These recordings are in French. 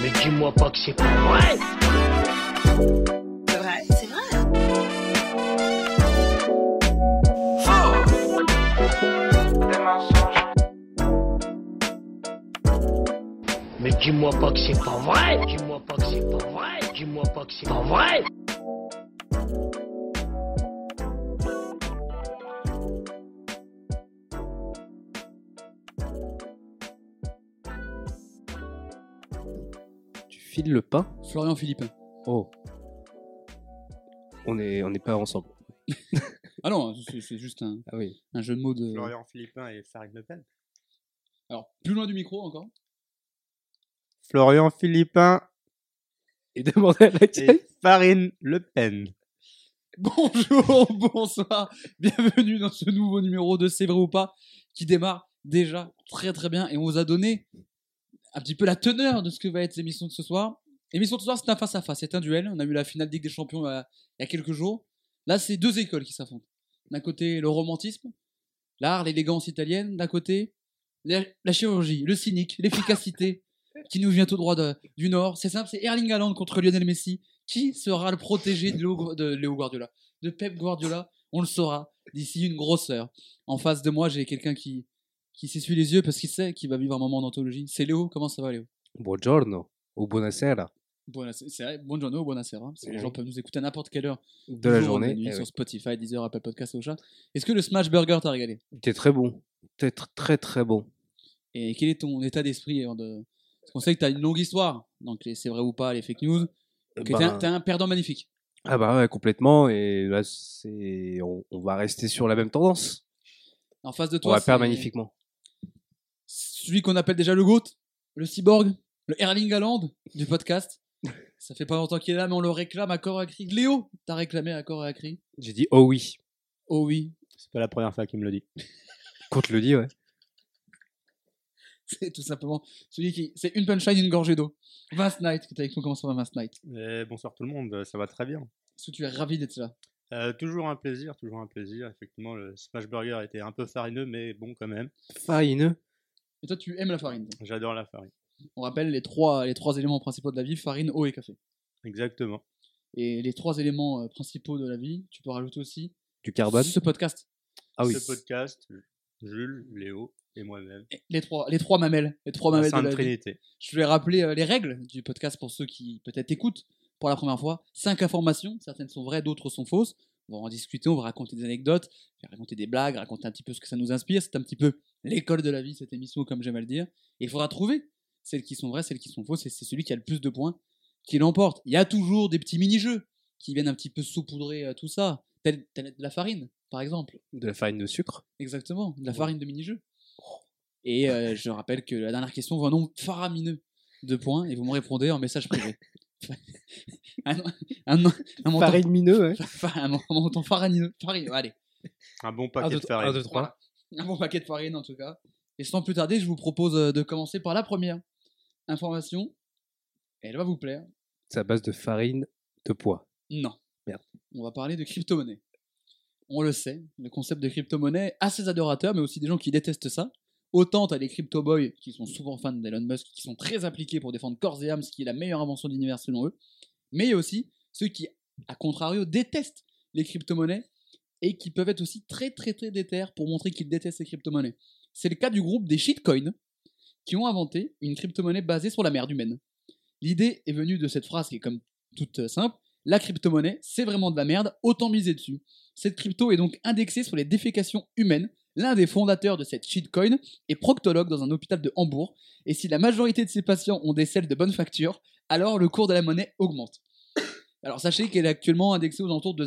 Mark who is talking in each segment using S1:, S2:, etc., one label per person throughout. S1: mais dis-moi pas que c'est pas vrai.
S2: C'est vrai. C'est vrai.
S1: Mais dis-moi pas que c'est pas vrai. Dis-moi pas que c'est pas vrai. Dis-moi pas que c'est pas vrai.
S3: Tu files le pain
S4: Florian Philippin.
S3: Oh. On n'est on n'est pas ensemble.
S4: Ah non, c'est c'est juste un,
S3: Ah oui.
S4: un jeu de mots de.
S5: Florian Philippin et Farid Le Pen.
S4: Alors, plus loin du micro encore.
S5: Florian Philippin
S3: Et demander à laquelle
S5: et Farine Le Pen.
S4: Bonjour, bonsoir, bienvenue dans ce nouveau numéro de C'est vrai ou pas qui démarre déjà très très bien et on vous a donné un petit peu la teneur de ce que va être l'émission de ce soir. L'émission de ce soir c'est un face à face, c'est un duel. On a eu la finale de Ligue des Champions euh, il y a quelques jours. Là c'est deux écoles qui s'affrontent. D'un côté le romantisme, l'art, l'élégance italienne. D'un côté la, la chirurgie, le cynique, l'efficacité qui nous vient tout droit de- du Nord. C'est simple, c'est Erling Haaland contre Lionel Messi. Qui sera le protégé de Léo- de Léo Guardiola de Pep Guardiola, on le saura d'ici une grosse heure. En face de moi, j'ai quelqu'un qui, qui s'essuie les yeux parce qu'il sait qu'il va vivre un moment d'anthologie. C'est Léo, comment ça va Léo
S3: Buongiorno ou buonasera
S4: Buona- c'est vrai, Buongiorno, buonasera. Parce que les
S3: Oui.
S4: gens peuvent nous écouter à n'importe quelle heure
S3: de la
S4: jour,
S3: journée.
S4: nuit,
S3: Eh
S4: sur
S3: oui.
S4: Spotify, Deezer, Apple Podcasts, Ocha. Est-ce que le Smash Burger t'a régalé
S3: T'es très bon. T'es tr- très très bon.
S4: Et quel est ton état d'esprit avant de... Parce qu'on sait que t'as une longue histoire, donc les c'est vrai ou pas, les fake news. Que t'es un-
S3: Ben-
S4: t'es un, perdant magnifique.
S3: Ah bah ouais, complètement. Et là, c'est on, on va rester sur la même tendance.
S4: En face de
S3: On
S4: toi,
S3: va perdre
S4: c'est
S3: magnifiquement.
S4: celui qu'on appelle déjà le GOAT, le cyborg, le Erling Haaland du podcast. Ça fait pas longtemps qu'il est là, mais on le réclame à corps et à cri. Léo, t'as réclamé à corps et à cri.
S3: J'ai dit oh oui.
S4: Oh oui,
S5: C'est pas la première fois qu'il me le dit.
S3: Qu'on te le dit, ouais.
S4: c'est tout simplement celui qui. C'est une punchline, une gorgée d'eau. Vince Knight, qui est avec nous, comment ça va, Vince Knight
S5: Euh, bonsoir tout le monde, ça va très bien.
S4: Est-ce que tu es ravi d'être là
S5: Euh, toujours un plaisir, toujours un plaisir. Effectivement, le Smash Burger était un peu farineux, mais bon quand même.
S3: Farineux.
S4: Et toi, tu aimes la farine. toi.
S5: J'adore la farine.
S4: On rappelle les trois, les trois éléments principaux de la vie farine, eau et café.
S5: Exactement.
S4: Et les trois éléments euh, principaux de la vie, tu peux rajouter aussi
S3: Du carbone.
S4: ce podcast.
S3: Ah oui.
S5: Ce podcast, Jules, Léo et moi-même.
S4: Et Les trois, les trois mamelles. Les trois
S5: La
S4: mamelles de
S5: Sainte
S4: la vie.
S5: Trinité.
S4: Je vais rappeler euh, les règles du podcast pour ceux qui peut-être écoutent pour la première fois. Cinq informations, certaines sont vraies, d'autres sont fausses. On va en discuter, on va raconter des anecdotes, je vais raconter des blagues, raconter un petit peu ce que ça nous inspire. C'est un petit peu l'école de la vie, cette émission, comme j'aime à le dire. Et il faudra trouver celles qui sont vraies, celles qui sont fausses, et c'est celui qui a le plus de points qui l'emporte. Il y a toujours des petits mini-jeux qui viennent un petit peu saupoudrer euh, tout ça. Tel, tel de la farine, par exemple.
S3: De la farine de sucre.
S4: Exactement, de la farine de mini-jeu. Et euh, je rappelle que la dernière question vaut un nombre faramineux de points et vous me répondez en message privé. un, un, un montant,
S3: mineux, ouais.
S4: un montant faramineux. Farine, allez,
S5: Un bon
S3: Un,
S5: paquet
S3: deux,
S5: de farine.
S3: un, deux, trois.
S4: un bon paquet de farine en tout cas. Et sans plus tarder, je vous propose euh, de commencer par la première information. Elle va vous plaire.
S3: C'est à base de farine de pois.
S4: Non.
S3: Merde.
S4: On va parler de crypto-monnaie. On le sait, le concept de crypto-monnaie a ses adorateurs, mais aussi des gens qui détestent ça. Autant t'as les crypto-boys qui sont souvent fans d'Elon Musk, qui sont très appliqués pour défendre corps et âme, ce qui est la meilleure invention de l'univers selon eux. Mais il y a aussi ceux qui, à contrario, détestent les crypto-monnaies et qui peuvent être aussi très très très déter pour montrer qu'ils détestent les crypto-monnaies. C'est le cas du groupe des shitcoins qui ont inventé une crypto-monnaie basée sur la merde humaine. L'idée est venue de cette phrase qui est comme toute euh, simple la crypto-monnaie, c'est vraiment de la merde, autant miser dessus. Cette crypto est donc indexée sur les défécations humaines. L'un des fondateurs de cette shitcoin est proctologue dans un hôpital de Hambourg, et si la majorité de ses patients ont des selles de bonne facture, alors le cours de la monnaie augmente. Alors sachez qu'elle est actuellement indexée aux alentours de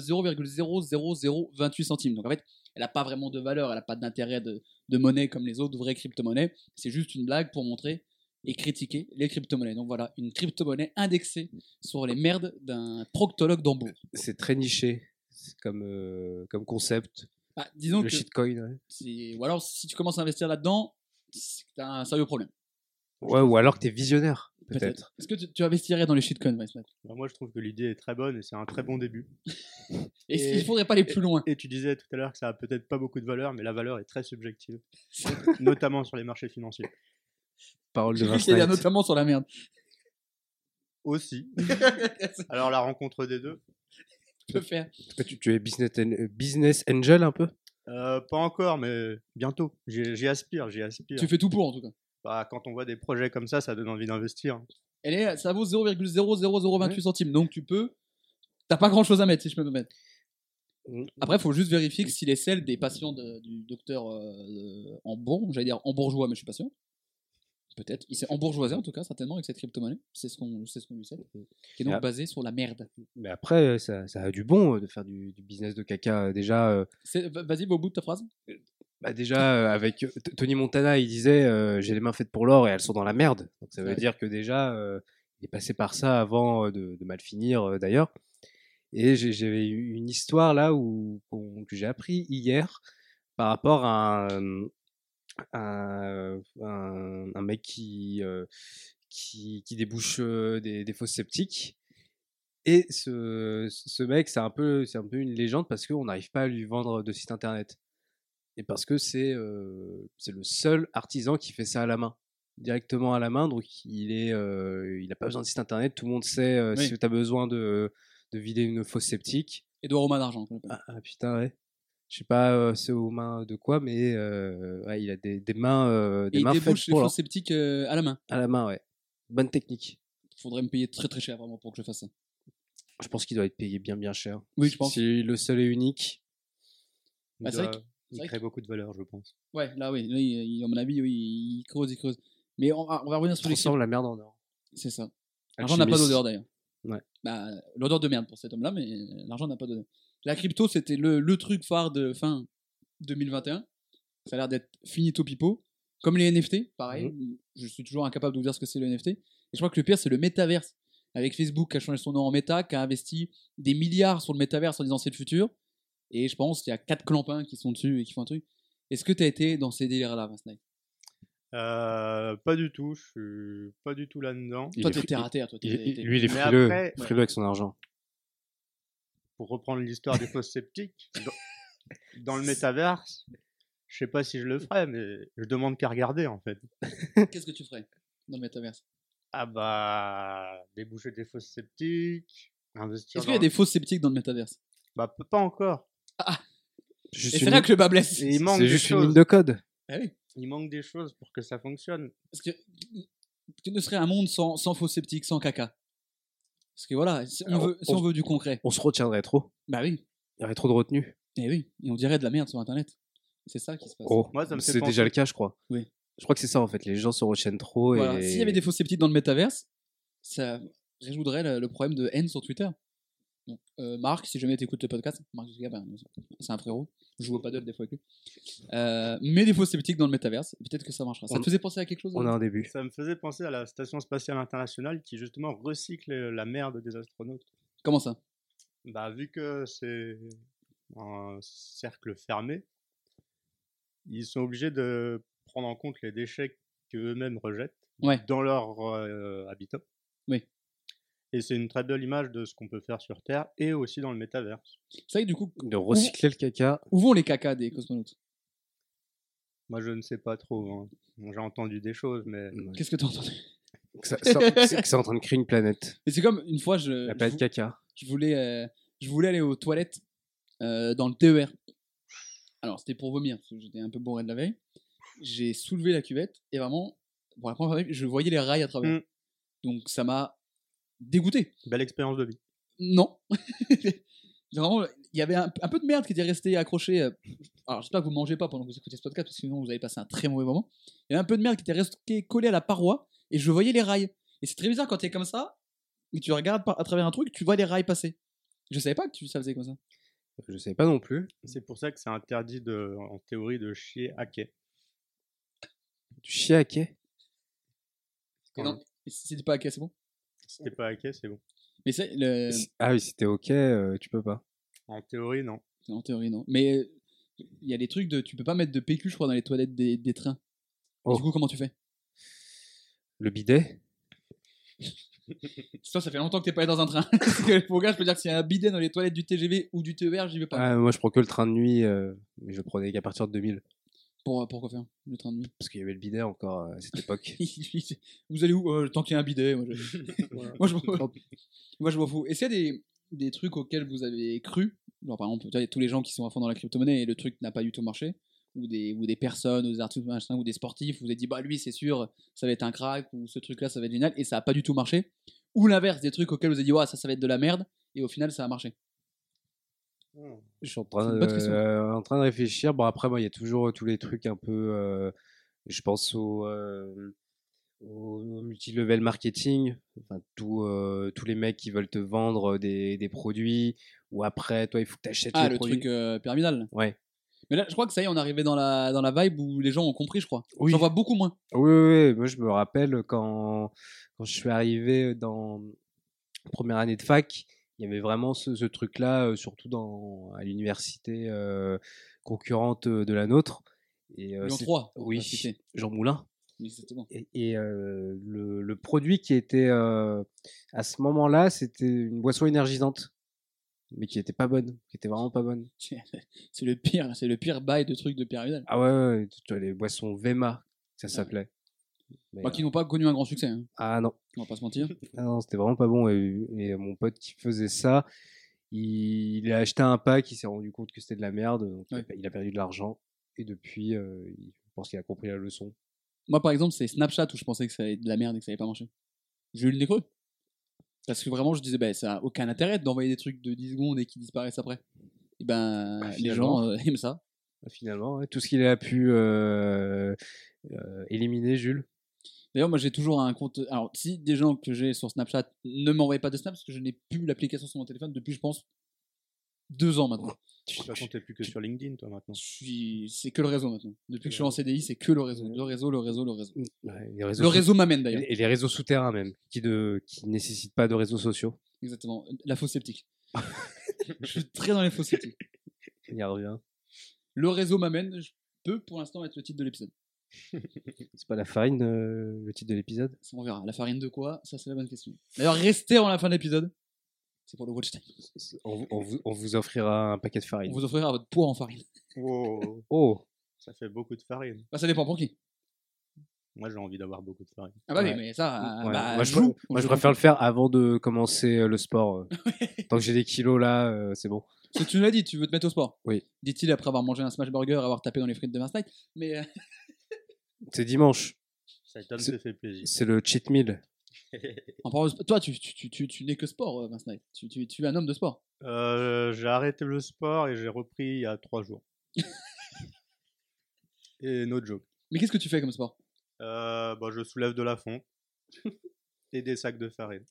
S4: 0,00028 centimes. Donc en fait, elle n'a pas vraiment de valeur, elle n'a pas d'intérêt de, de monnaie comme les autres vraies crypto-monnaies. C'est juste une blague pour montrer et critiquer les crypto-monnaies. Donc voilà, une crypto-monnaie indexée sur les merdes d'un proctologue d'Hambourg.
S3: C'est très niché c'est comme, euh, comme concept.
S4: Bah, disons
S3: le
S4: que
S3: shitcoin. Ouais.
S4: c'est- ou alors si tu commences à investir là-dedans, c'est que t'as un sérieux problème.
S3: Ouais, ou alors que t'es visionnaire, peut-être.
S4: Est-ce que tu, tu investirais dans les shitcoins, Vice Mac
S5: Bah, moi, je trouve que l'idée est très bonne et c'est un très bon début.
S4: Est-ce
S5: Et-
S4: qu'il faudrait pas aller plus loin
S5: Et tu disais tout à l'heure que ça a peut-être pas beaucoup de valeur, mais la valeur est très subjective, notamment sur les marchés financiers.
S3: Parole de
S4: J'ai vu
S3: Vince
S4: qu'il y a
S3: Knight.
S4: notamment sur la merde.
S5: Aussi.
S4: tu
S5: Alors la rencontre des deux
S4: peux faire.
S3: Tu, tu es business, an- euh, business angel un peu
S5: Euh, Pas encore, mais bientôt. J'y j'y aspire, j'y aspire.
S4: Tu fais tout pour en tout cas.
S5: Bah, quand on voit des projets comme ça, ça donne envie d'investir.
S4: Elle est, ça vaut 0,00028 centimes, donc tu peux. T'as pas grand chose à mettre si je peux me mettre.
S3: Mm.
S4: Après, faut juste vérifier que s'il est celle des patients de- du docteur euh, en bon, j'allais dire en bourgeois, mais je suis pas sûr. Peut-être. Il s'est embourgeoisé en tout cas, certainement, avec cette crypto-monnaie. C'est ce qu'on c'est ce qu'on lui sait. Qui est donc
S3: Ah.
S4: basé sur la merde.
S3: Mais après, euh, ça, ça a du bon euh, de faire du, du business de caca. euh, Déjà, euh,
S4: C'est- va- Vas-y, va au bout de ta phrase.
S3: bah déjà euh, avec euh, T- Tony Montana, il disait euh, J'ai les mains faites pour l'or et elles sont dans la merde. Donc ça veut
S4: Ouais.
S3: dire que déjà, euh, il est passé par ça avant euh, de, de mal finir euh, d'ailleurs. Et j'ai- j'avais eu une histoire là où, qu'on- que j'ai appris hier par rapport à un, un, un- un mec qui, euh, qui, qui débouche euh, des, des fausses sceptiques. Et ce, ce mec, c'est un, peu, c'est un peu une légende parce qu'on n'arrive pas à lui vendre de site internet. Et parce que c'est euh, c'est le seul artisan qui fait ça à la main, directement à la main. Donc il est, euh, il n'a pas besoin de site internet. Tout le monde sait euh,
S4: Oui.
S3: si tu as besoin de, de vider une fosse septique.
S4: Edouard Romain d'argent. qu'on appelle.
S3: Ah, ah, putain, ouais. Je sais pas euh, c'est aux mains de quoi, mais euh, ouais, il a des, des mains, euh,
S4: Et
S3: des
S4: il
S3: mains
S4: débouche
S3: faites
S4: les
S3: pour
S4: fonds
S3: l'or.
S4: sceptiques euh, à la main.
S3: à la main, ouais. Bonne technique.
S4: Faudrait me payer très très cher vraiment pour que je fasse ça.
S3: Je pense qu'il doit être payé bien bien cher.
S4: Oui, je pense.
S3: C'est le seul et unique.
S5: Il,
S4: Bah, c'est vrai
S5: doit- il
S4: vrai
S5: crée beaucoup de valeur, je pense.
S4: Ouais, là oui, là, il- il- à mon avis, oui, il creuse, il creuse. Mais on va, on va revenir sur les
S3: Transforme la merde en or.
S4: C'est ça. L'argent n'a pas
S3: Alchimiste.
S4: d'odeur d'ailleurs.
S3: Ouais.
S4: Bah, l'odeur de merde pour cet homme-là, mais l'argent n'a pas d'odeur. La crypto, c'était le, le truc phare de fin 2021. Ça a l'air d'être finito pipo. Comme les NFT, pareil.
S3: Mhm.
S4: Je suis toujours incapable de vous dire ce que c'est le NFT. Et je crois que le pire, c'est le métaverse. Avec Facebook qui a changé son nom en méta, qui a investi des milliards sur le métaverse en disant c'est le futur. Et je pense qu'il y a quatre clampins qui sont dessus et qui font un truc. Est-ce que tu as été dans ces délires-là, Vincent Knight
S5: Euh, pas du tout, je suis pas du tout là-dedans.
S3: Il
S4: Toi,
S3: est
S4: t'es
S3: fri-
S4: terre à terre. Toi, t'es-
S3: Il-
S4: t'es-
S3: il- lui, il est
S5: Mais
S3: frileux,
S5: après-
S3: frileux avec son argent.
S5: Pour reprendre l'histoire des fausses sceptiques, dans, dans le métaverse, je sais pas si je le ferai, mais je demande qu'à regarder en fait.
S4: Qu'est-ce que tu ferais dans le métaverse
S5: Ah bah, déboucher des fausses sceptiques, investir.
S4: Est-ce qu'il y a
S5: dans-
S4: des fausses sceptiques dans le métaverse
S5: Bah, p- pas encore.
S4: Et c'est là que le bas blesse.
S5: Et il manque
S3: C'est
S5: des
S3: juste une
S5: choses.
S3: ligne de code.
S4: Ah oui.
S5: Il manque des choses pour que ça fonctionne.
S4: Parce que tu ne serait un monde sans, sans fausses sceptiques, sans caca. Parce que voilà, si on,
S3: Alors,
S4: veut, si
S3: on-
S4: on veut du concret,
S3: On se retiendrait trop.
S4: bah oui,
S3: Il y aurait trop de retenue.
S4: et oui, et on dirait de la merde sur internet. C'est ça qui se passe.
S3: Oh,
S5: Moi, ça me fait
S3: c'est
S5: penser-
S3: déjà le cas, je crois.
S4: Oui.
S3: Je crois que c'est ça en fait. Les gens se retiennent trop.
S4: Voilà.
S3: et...
S4: S'il y avait des fausses sceptiques dans le métaverse, ça résoudrait le, le problème de haine sur Twitter. Donc, euh, Marc, si jamais tu écoutes le podcast, Marc Zuckerberg, ben, c'est un frérot, je joue au paddle des fois avec lui. Euh, mais des fausses sceptiques dans le métaverse, peut-être que ça marchera. Ça
S3: On-
S4: te faisait penser à quelque chose hein
S3: On a un début.
S5: Ça me faisait penser à la station spatiale internationale qui justement recycle euh, la merde des astronautes.
S4: Comment ça
S5: Bah, vu que c'est un cercle fermé, ils sont obligés de prendre en compte les déchets qu'eux-mêmes rejettent
S4: Ouais.
S5: dans leur euh, habitat.
S4: Oui.
S5: Et c'est une très belle image de ce qu'on peut faire sur Terre et aussi dans le métaverse.
S4: C'est vrai que du coup,
S3: De recycler le caca.
S4: Où vont les cacas des cosmonautes
S5: Moi, je ne sais pas trop. hein. J'ai entendu des choses, mais
S4: Qu'est-ce que t'as entendu
S3: Que ça- ça- C'est que c'est en train de créer une planète.
S4: Et c'est comme une fois, je,
S3: La
S4: je,
S3: planète
S4: vou-
S3: caca.
S4: je voulais, euh, je voulais aller aux toilettes euh, dans le TER. Alors c'était pour vomir, parce que j'étais un peu bourré de la veille. J'ai soulevé la cuvette et vraiment, pour la première fois, de ma vie, je voyais les rails à travers.
S5: Mm.
S4: Donc ça m'a dégoûté.
S5: belle expérience de vie.
S4: Non. Vraiment, il y avait un, un peu de merde qui était restée accrochée. euh, Alors, j'espère que vous mangez pas pendant que vous écoutez ce podcast, parce que sinon vous avez passé un très mauvais moment. Il y avait un peu de merde qui était restée collée à la paroi, et je voyais les rails. Et c'est très bizarre quand t'es comme ça, et tu regardes par- à travers un truc, tu vois les rails passer. Je savais pas que tu ça faisait comme ça.
S3: Je sais pas non plus.
S5: C'est pour ça que c'est interdit de, en théorie de chier à quai.
S3: Du chien à quai.
S4: Et
S5: Quand
S4: non, et si c'était pas ok, c'est bon.
S5: Si t'es pas à quai, c'est bon.
S4: Mais c'est le...
S3: Si- Ah oui, si t'es ok, euh, tu peux pas.
S5: En théorie, non.
S4: en théorie non. Mais euh, il y a des trucs de, tu peux pas mettre de PQ, je crois, dans les toilettes des, des trains. Et
S3: Oh.
S4: Du coup, comment tu fais
S3: Le bidet.
S4: Toi, ça fait longtemps que t'es pas allé dans un train. Parce que pour gars, je peux dire que s'il y a un bidet dans les toilettes du TGV ou du TER, j'y vais pas.
S3: Ah, moi, je prends que le train de nuit. euh, mais je le prenais qu'à partir de 2000.
S4: Pour, pour quoi faire Le train de nuit
S3: parce qu'il y avait le bidet encore euh, à cette époque.
S4: Vous allez où Euh, Tant qu'il y a un bidet, moi je, moi, je m'en- moi, je m'en fous. Est-ce qu'il y a des, des trucs auxquels vous avez cru Genre, Par exemple, tu vois, il y a tous les gens qui sont à fond dans la crypto-monnaie et le truc n'a pas du tout marché ou des, ou des personnes, ou des artistes, machin, ou des sportifs, vous avez dit, bah lui, c'est sûr, ça va être un crack, ou ce truc-là, ça va être génial, et ça n'a pas du tout marché. Ou l'inverse, des trucs auxquels vous avez dit, ouais, ça, ça va être de la merde, et au final, ça a marché.
S5: Oh.
S3: Je suis en train,
S4: C'est une bonne question.
S3: euh, en train de réfléchir. Bon, après, moi, il y a toujours euh, tous les trucs un peu. euh, je pense au, euh, au au multilevel marketing. Enfin, tout, euh, tous les mecs qui veulent te vendre euh, des, des produits. Ou après, toi, il faut que tu achètes
S4: Ah,
S3: les
S4: le
S3: produits.
S4: truc euh, pyramidal.
S3: Ouais.
S4: Mais là, je crois que ça y est, on est arrivé dans la, dans la vibe où les gens ont compris, je crois.
S3: Oui.
S4: J'en vois beaucoup moins.
S3: Oui, oui, oui. Moi, je me rappelle quand, quand je suis arrivé dans première année de fac, il y avait vraiment ce, ce truc-là, euh, surtout dans, à l'université euh, concurrente euh, de la nôtre. Et, euh,
S4: Lyon
S3: c'est-
S4: 3. on
S3: Oui,
S4: va citer.
S3: Jean Moulin.
S4: Ah, Exactement.
S3: Et, et, euh, le, le produit qui était euh, à ce moment-là, c'était une boisson énergisante, mais qui était pas bonne, qui était vraiment pas bonne.
S4: C'est le pire, c'est le pire bail de trucs de pyramidal.
S3: Ah ouais, ouais, ouais, tu vois, les boissons Vema, ça s'appelait. Mais,
S4: Bah, qui n'ont pas connu un grand succès, hein.
S3: euh, ah non,
S4: on va pas se mentir.
S3: Ah non, c'était vraiment pas bon. Et, et mon pote qui faisait ça, il, il a acheté un pack, il s'est rendu compte que c'était de la merde, donc il a
S4: Ouais.
S3: pe- il, a, perdu de l'argent. Et depuis, euh, il- je pense qu'il a compris la leçon.
S4: Moi, par exemple, c'est Snapchat où je pensais que ça allait être de la merde et que ça allait pas marcher. J'ai eu le nez creux. Parce que vraiment, je disais, bah, ça a aucun intérêt d'envoyer des trucs de 10 secondes et qui disparaissent après. Et ben,
S3: Bah,
S4: les
S3: finalement.
S4: gens euh, aiment ça.
S3: Finalement, ouais. tout ce qu'il a pu euh, euh, éliminer, Jules.
S4: D'ailleurs, moi, j'ai toujours un compte. Alors, si des gens que j'ai sur Snapchat ne m'envoient pas de Snap, parce que je n'ai plus l'application sur mon téléphone depuis, je pense, deux ans maintenant.
S5: De toute façon, t'es plus que sur LinkedIn, toi, maintenant.
S4: Je suis... C'est que le réseau maintenant. Depuis que je suis en CDI, c'est que le réseau. Le réseau, le réseau, le réseau.
S3: Ouais, les réseaux
S4: Le
S3: so-
S4: réseau m'amène d'ailleurs.
S3: et et les réseaux souterrains même, qui ne qui nécessitent pas de réseaux sociaux.
S4: Exactement. La fausse sceptique. je suis très dans les fausses sceptiques.
S3: Il y a rien.
S4: Le réseau m'amène, je peux pour l'instant être le titre de l'épisode.
S3: C'est pas la farine, euh, le titre de l'épisode.
S4: Ça, on verra. La farine de quoi Ça, c'est la bonne question. D'ailleurs, restez en la fin de l'épisode. C'est pour le watch time.
S3: On, vous- on vous, on vous offrira un paquet de
S4: On
S3: farine.
S4: vous offrira votre poids en farine.
S5: Wow,
S3: Oh,
S5: ça fait beaucoup de farine.
S4: Bah, ça dépend pour qui.
S5: Moi, j'ai envie d'avoir beaucoup de farine.
S4: Ah bah oui,
S3: Ouais.
S4: mais ça, euh,
S3: Ouais,
S4: bah,
S3: moi, je,
S4: joue.
S3: pr- moi, je préfère le faire avant de commencer euh, le sport. euh. Tant que j'ai des kilos là, euh, c'est bon.
S4: Parce que tu nous l'as dit, tu veux te mettre au sport.
S3: Oui.
S4: Dit-il après avoir mangé un smash burger, avoir tapé dans les frites de Mars Night. Mais euh,
S3: C'est dimanche,
S5: Cet homme
S3: C'est-
S5: s'est fait plaisir.
S3: c'est le cheat meal.
S4: en parlant de sp- toi, tu, tu, tu, tu, tu n'es que sport, euh, Mars Night. Tu, tu, tu es un homme de sport.
S5: Euh, j'ai arrêté le sport et j'ai repris il y a trois jours. et no joke.
S4: Mais qu'est-ce que tu fais comme sport
S5: Euh, bah, je soulève de la fonte et des sacs de farine.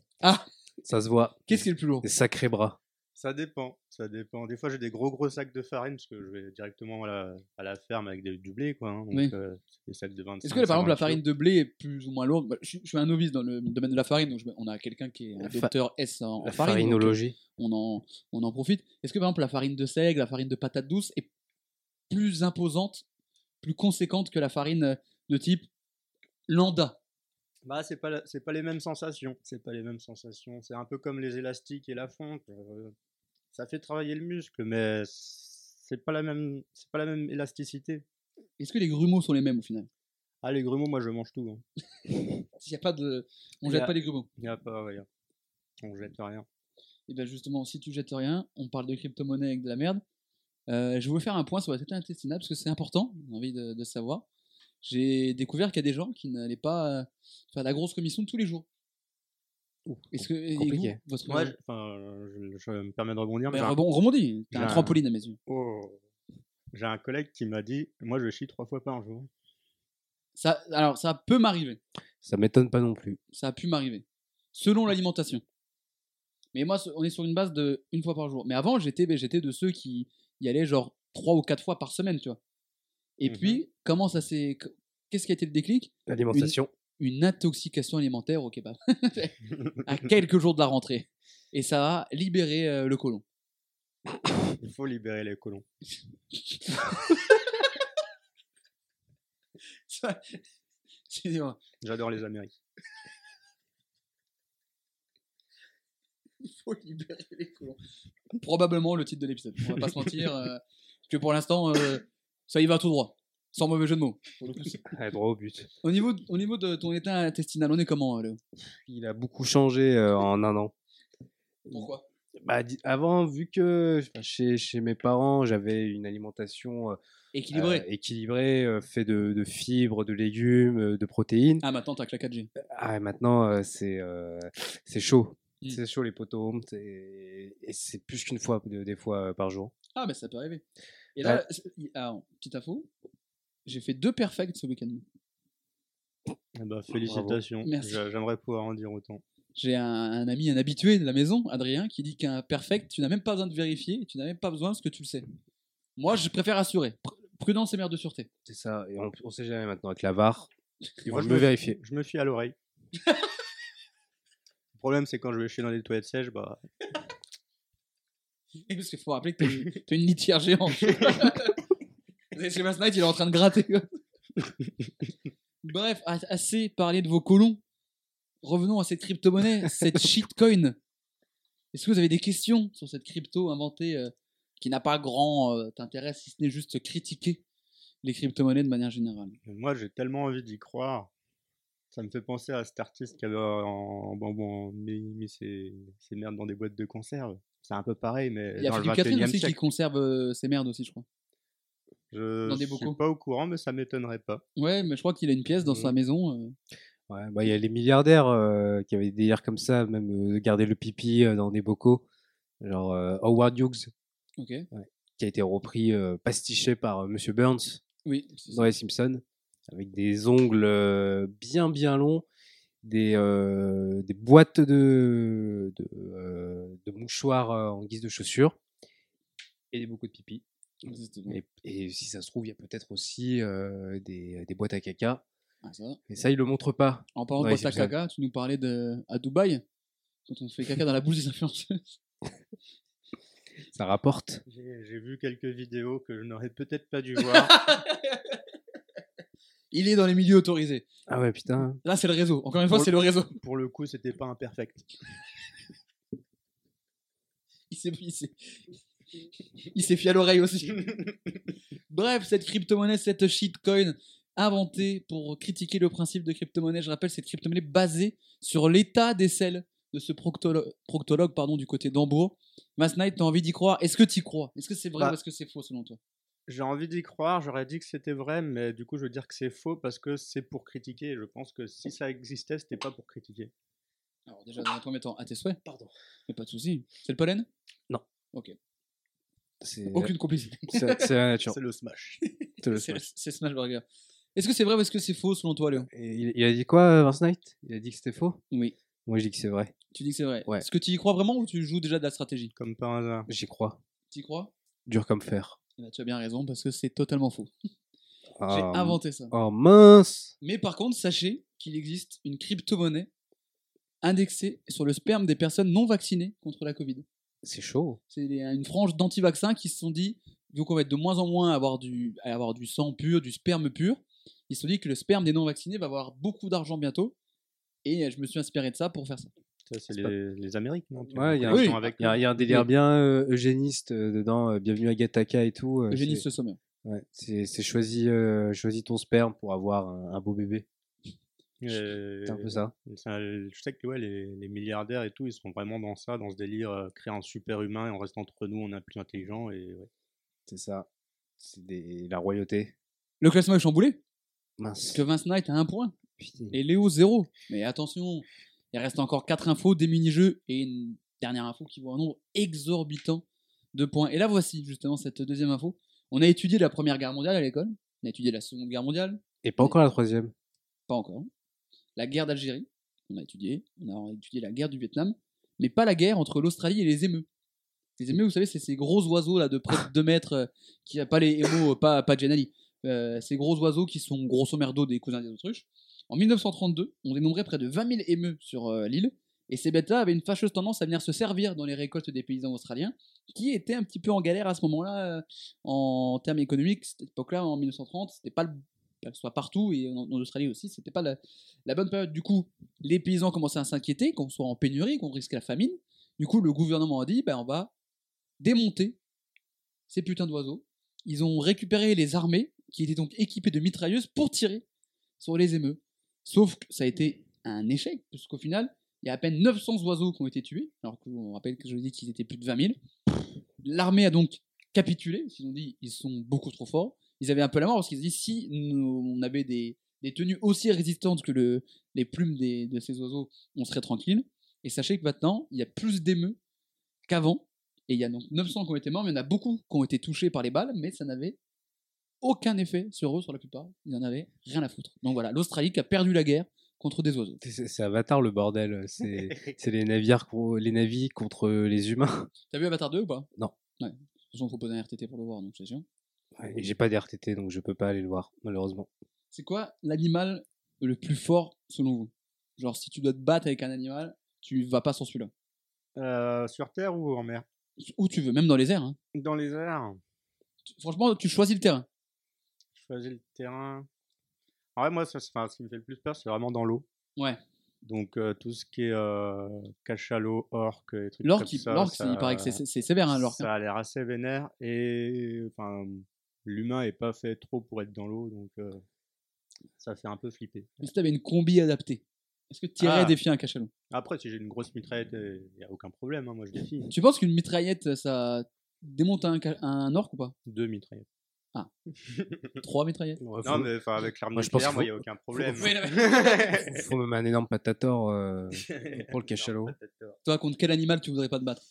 S3: Ça se voit.
S4: Qu'est-ce qui est le plus lourd
S3: Des sacrés bras.
S5: Ça dépend, ça dépend. Des fois, j'ai des gros gros sacs de farine parce que je vais directement à la, à la ferme avec des, du blé, quoi. hein. Donc,
S4: Oui.
S5: euh, c'est des sacs de 25.
S4: Est-ce que là, par exemple la
S5: 50 kilos.
S4: farine de blé est plus ou moins lourde Bah, je, suis- je suis un novice dans le domaine de la farine, donc je- on a quelqu'un qui est un
S3: La fa-
S4: docteur S en, en
S3: La
S4: farine. donc,
S3: farinologie.
S4: on en, on en profite. Est-ce que par exemple la farine de seigle, la farine de patate douce est plus imposante, plus conséquente que la farine de type lambda
S5: Bah, c'est pas, la- c'est pas les mêmes sensations. C'est pas les mêmes sensations. C'est un peu comme les élastiques et la fonte. euh, ça fait travailler le muscle, mais c'est pas la même, c'est pas la même élasticité.
S4: Est-ce que les grumeaux sont les mêmes au final
S5: Ah, les grumeaux, moi, je mange tout. hein.
S4: S'il y a pas de, on
S5: Il y
S4: jette
S5: a-
S4: pas les grumeaux.
S5: Il y a pas, ouais, on jette rien.
S4: Et bien Eh ben, justement, si tu jettes rien, on parle de crypto-monnaie avec de la merde. Euh, je voulais faire un point sur la santé intestinale parce que c'est important, j'ai envie de, de savoir. J'ai découvert qu'il y a des gens qui n'allaient pas euh, faire la grosse commission tous les jours. Est-ce que et vous,
S3: compliqué.
S4: votre...
S5: Moi, je- enfin, euh, je, je me permets de rebondir. mais
S4: Mais
S5: j'ai un-
S4: rebond- rebondis, t'as un
S5: Ben-
S4: trampoline à mes yeux.
S5: Oh. J'ai un collègue qui m'a dit, moi, je chie trois fois par jour.
S4: Ça, alors, ça peut m'arriver.
S3: Ça m'étonne pas non plus.
S4: ça a pu m'arriver. Selon l'alimentation. Mais moi, ce- on est sur une base de une fois par jour. Mais avant, j'étais ben, j'étais de ceux qui y allaient genre trois ou quatre fois par semaine, tu vois. Et
S5: Mhm.
S4: puis, comment ça s'est. Qu'est-ce qui a été le déclic
S3: L'alimentation.
S4: Une intoxication alimentaire au kebab. à quelques jours de la rentrée. Et ça a libéré euh, le côlon.
S5: Il faut libérer les colons.
S4: Ça- C'est dur.
S5: J'adore les Amériques.
S4: Il faut libérer les colons. Probablement le titre de l'épisode. On va pas se mentir. euh, que pour l'instant, euh, ça y va tout droit. Sans mauvais jeu de mots.
S3: Ouais, droit au but.
S4: Au niveau, de- au niveau de ton état intestinal, on est comment, euh, Léo
S3: Il a beaucoup changé euh, en un an.
S4: Pourquoi
S3: Bah, di- avant, vu que enfin, chez, chez mes parents, j'avais une alimentation euh,
S4: Équilibré.
S3: euh, équilibrée, euh, faite de, de fibres, de légumes, euh, de protéines.
S4: Ah, maintenant, t'as que la 4G.
S3: Ah, et maintenant, euh, c'est euh, c'est chaud.
S4: Mm.
S3: C'est chaud, les poteaux. c'est- Et c'est plus qu'une fois, de- des fois euh, par jour.
S4: Ah, mais ça peut arriver. Et là, c'est- y- ah, petite info, j'ai fait deux perfects ce week-end.
S5: Eh ben, félicitations.
S4: Merci.
S5: J'a- J'aimerais pouvoir en dire autant.
S4: J'ai un, un ami, un habitué de la maison, Adrien, qui dit qu'un perfect, tu n'as même pas besoin de vérifier, tu n'as même pas besoin parce que tu le sais. Moi, je préfère assurer. Pr- Prudence et mère de sûreté.
S3: C'est ça. Et on, on sait jamais maintenant avec la VAR. Ils
S5: Moi,
S3: vont
S5: je
S3: me
S5: me-
S3: vérifier.
S5: Je me fie à l'oreille. le problème, c'est quand je vais chier dans les toilettes sèches, bah,
S4: Et parce qu'il faut rappeler que t'as une- t'as une litière géante. Vous savez, Chez Mass Knight, il est en train de gratter. quoi. Bref, a- assez parlé de vos colons. Revenons à cette crypto-monnaie, cette shitcoin. Est-ce que vous avez des questions sur cette crypto inventée euh, qui n'a pas grand euh, intérêt si ce n'est juste critiquer les crypto-monnaies de manière générale
S5: moi, j'ai tellement envie d'y croire. Ça me fait penser à cet artiste qui avait en, en bonbon mis, mis ses, ses merdes dans des boîtes de conserve. C'est un peu pareil, mais
S4: Il y a
S5: dans le
S4: Philippe Catherine
S5: 21e
S4: aussi qui
S5: siècle.
S4: conserve euh, ses merdes aussi, je crois.
S5: Je
S4: dans des bocaux.
S5: suis pas au courant, mais ça m'étonnerait pas.
S4: Ouais, mais je crois qu'il a une pièce dans
S5: Mmh.
S3: Mhm.
S4: sa maison. euh,
S3: Ouais, bah, Il y a les milliardaires euh, qui avaient des délires comme ça, même euh, de garder le pipi euh, dans des bocaux. Genre euh, Howard Hughes,
S4: Ok.
S3: qui a été repris, euh, pastiché par euh, Monsieur Burns.
S4: Oui. c'est ça.
S3: dans les Simpsons, avec des ongles euh, bien bien longs, des, euh, des boîtes de, de, euh, de mouchoirs euh, en guise de chaussures et beaucoup de pipi.
S4: Exactement.
S3: Et, et si ça se trouve, il y a peut-être aussi euh, des, des boîtes à caca.
S4: Ah, ça va.
S3: Et ça, il le montre pas.
S4: En parlant
S3: Ouais,
S4: de boîte à
S3: c'est bizarre.
S4: caca, tu nous parlais de à Dubaï quand on fait caca dans la bouche des influenceuses.
S3: Ça rapporte.
S5: J'ai j'ai vu quelques vidéos que je n'aurais peut-être pas dû voir.
S4: Il est dans les milieux autorisés.
S3: Ah ouais, putain.
S4: Là, c'est le réseau. Encore une fois,
S5: Pour-
S4: c'est le réseau.
S5: Pour le coup, c'était pas imperfect.
S4: Il s'est il s'est- il s'est fié à l'oreille aussi. Bref, cette crypto-monnaie, cette shitcoin inventée pour critiquer le principe de crypto-monnaie, je rappelle, cette crypto-monnaie basée sur l'état des selles de ce proctolo- proctologue pardon, du côté d'Ambro. Mass Knight, t'as envie d'y croire Est-ce que t'y crois Est-ce que c'est vrai
S5: Bah.
S4: ou est-ce que c'est faux selon toi
S5: J'ai envie d'y croire, j'aurais dit que c'était vrai, mais du coup, je veux dire que c'est faux parce que c'est pour critiquer. Je pense que si ça existait, c'était pas pour critiquer.
S4: Alors déjà, dans un premier temps, à tes souhaits. Pardon. Mais pas de souci. C'est le pollen
S3: C'est
S4: Aucune complicité.
S3: c'est- c'est la nature.
S5: C'est le smash.
S3: C'est le
S4: C'est
S3: smash.
S4: c'est Smash Burger. Est-ce que c'est vrai ou est-ce que c'est faux selon toi, Léon
S3: Et il, il a dit quoi, euh, Vince Knight Il a dit que c'était faux
S4: Oui.
S3: Moi, je dis que c'est vrai.
S4: Tu dis que c'est vrai.
S3: Ouais.
S4: Est-ce que tu y crois vraiment ou tu joues déjà de la stratégie
S5: Comme par hasard.
S3: J'y crois.
S4: Tu y crois
S3: Dur comme fer.
S4: Eh ben, Tu as bien raison parce que c'est totalement faux. J'ai
S3: Ah,
S4: inventé ça.
S3: Oh mince
S4: Mais par contre, sachez qu'il existe une crypto-monnaie indexée sur le sperme des personnes non vaccinées contre la Covid.
S3: C'est chaud.
S4: C'est les- une frange d'anti-vaccins qui se sont dit, vu qu'on va être de moins en moins à avoir du, à avoir du sang pur, du sperme pur, ils se sont dit que le sperme des non-vaccinés va avoir beaucoup d'argent bientôt. Et euh, je me suis inspiré de ça pour faire ça.
S5: Ça, c'est
S3: C'est pas-
S5: les, les Amériques, non
S3: Ouais, il y a-
S5: Ils sont
S4: Oui.
S5: avec
S3: Il y, a- il y a un délire
S4: Oui.
S3: bien euh, eugéniste euh, dedans, euh, bienvenue à Gataka et tout. euh,
S4: Eugénie
S3: c'est-
S4: Ce Sommer.
S3: ouais, C'est c'est choisis, euh, choisis ton sperme pour avoir un, un beau bébé.
S5: nous. Et-
S3: C'est un peu ça.
S5: ça- Euh, Je sais que ouais, les, les milliardaires et tout, ils sont vraiment dans ça, dans ce délire, euh, créer un super humain et on reste entre nous, on est plus intelligent. Et, ouais.
S3: C'est ça. C'est des- la royauté.
S4: Le classement est chamboulé,
S3: Mince.
S4: parce que Vince Knight a un point
S3: Putain.
S4: et Léo zéro. Mais attention, il reste encore quatre infos, des mini-jeux et une dernière info qui vaut un nombre exorbitant de points. Et là voici justement cette deuxième info. On a étudié la Première Guerre mondiale à l'école, on a étudié la Seconde Guerre mondiale,
S3: Et pas encore la troisième.
S4: pas encore. La guerre d'Algérie, on a étudié. On a étudié la guerre du Vietnam, mais pas la guerre entre l'Australie et les émeux. Les émeux, vous savez, c'est ces gros oiseaux là de près de 2 mètres, euh, qui pas les émeux, euh, pas, pas Gianelli. Euh, ces gros oiseaux qui sont grosso merdo des cousins des autruches. En 1932, on dénombrait près de 20 000 émeux sur euh, l'île, et ces bêtes-là avaient une fâcheuse tendance à venir se servir dans les récoltes des paysans australiens, qui étaient un petit peu en galère à ce moment-là, euh, en termes économiques. Cette époque-là, en 1930, c'était pas le que ce soit partout et en, en Australie aussi, c'était pas la, la bonne période. Du coup, les paysans commençaient à s'inquiéter, qu'on soit en pénurie, qu'on risque la famine. Du coup, le gouvernement a dit, ben, on va démonter ces putains d'oiseaux. Ils ont récupéré les armées qui était donc équipé de mitrailleuses pour tirer sur les émeux. Sauf que ça a été un échec, puisqu'au final, il y a à peine 900 oiseaux qui ont été tués, alors qu'on rappelle que je dis qu'ils étaient plus de 20 000. L'armée a donc capitulé, ils ont dit ils sont beaucoup trop forts. Ils avaient un peu la mort, parce qu'ils se disent si nous- on avait des, des tenues aussi résistantes que le, les plumes des- de ces oiseaux, on serait tranquille. Et sachez que maintenant, il y a plus d'émeux qu'avant. Et il y a donc 900 qui ont été morts, mais il y en a beaucoup qui ont été touchés par les balles, mais ça n'avait aucun effet sur eux, sur la plupart. Ils n'en avaient rien à foutre. Donc voilà, l'Australie qui a perdu la guerre contre des oiseaux.
S3: C'est- C'est c'est Avatar le bordel. C'est c'est les navires, co- les navis contre les humains.
S4: T'as vu Avatar 2 ou pas
S3: Non.
S4: Ouais. De toute façon, faut poser un RTT pour le voir, donc c'est sûr.
S3: Ouais, et J'ai pas d'RTT donc je peux pas aller le voir malheureusement.
S4: C'est quoi l'animal le plus fort selon vous Genre, si tu dois te battre avec un animal, tu vas pas sur celui-là.
S5: Euh, sur Terre ou en mer
S4: Où tu veux, même dans les airs. hein.
S5: Dans les airs.
S4: Tu- Franchement, tu choisis le terrain.
S5: Je choisis le terrain. En vrai, moi, ça, c'est- enfin, ce qui me fait le plus peur, c'est vraiment dans l'eau.
S4: Ouais.
S5: Donc, euh, tout ce qui est euh, cachalot, orque, et trucs
S4: L'orque,
S5: comme
S4: il,
S5: ça.
S4: l'orque,
S5: ça-
S4: il paraît que c'est, c'est- c'est sévère, hein, l'orque.
S5: Ça a l'air assez vénère. Et enfin, l'humain est pas fait trop pour être dans l'eau. Donc, euh, ça fait un peu flipper.
S4: Mais si t'avais une combi adaptée, est-ce que tu irais
S5: Ah.
S4: défier un cachalot
S5: Après, si j'ai une grosse mitraillette, il n'y a aucun problème. hein, moi, je défie.
S4: Tu penses qu'une mitraillette, euh, ça démonte un, ca- un orque ou pas
S5: Deux mitraillettes.
S3: Mm.
S4: Trois mitraillettes
S3: Ouais, faut-
S5: Non, mais enfin, avec l'arme
S3: Moi, je pense
S5: nucléaire,
S3: qu'il
S5: moi, il
S3: faut-
S5: n'y a aucun problème.
S4: Oui, non,
S3: faut- Faut me mettre un énorme patator euh, pour le cachalot.
S5: Ah,
S4: Toi, contre quel animal tu voudrais pas te battre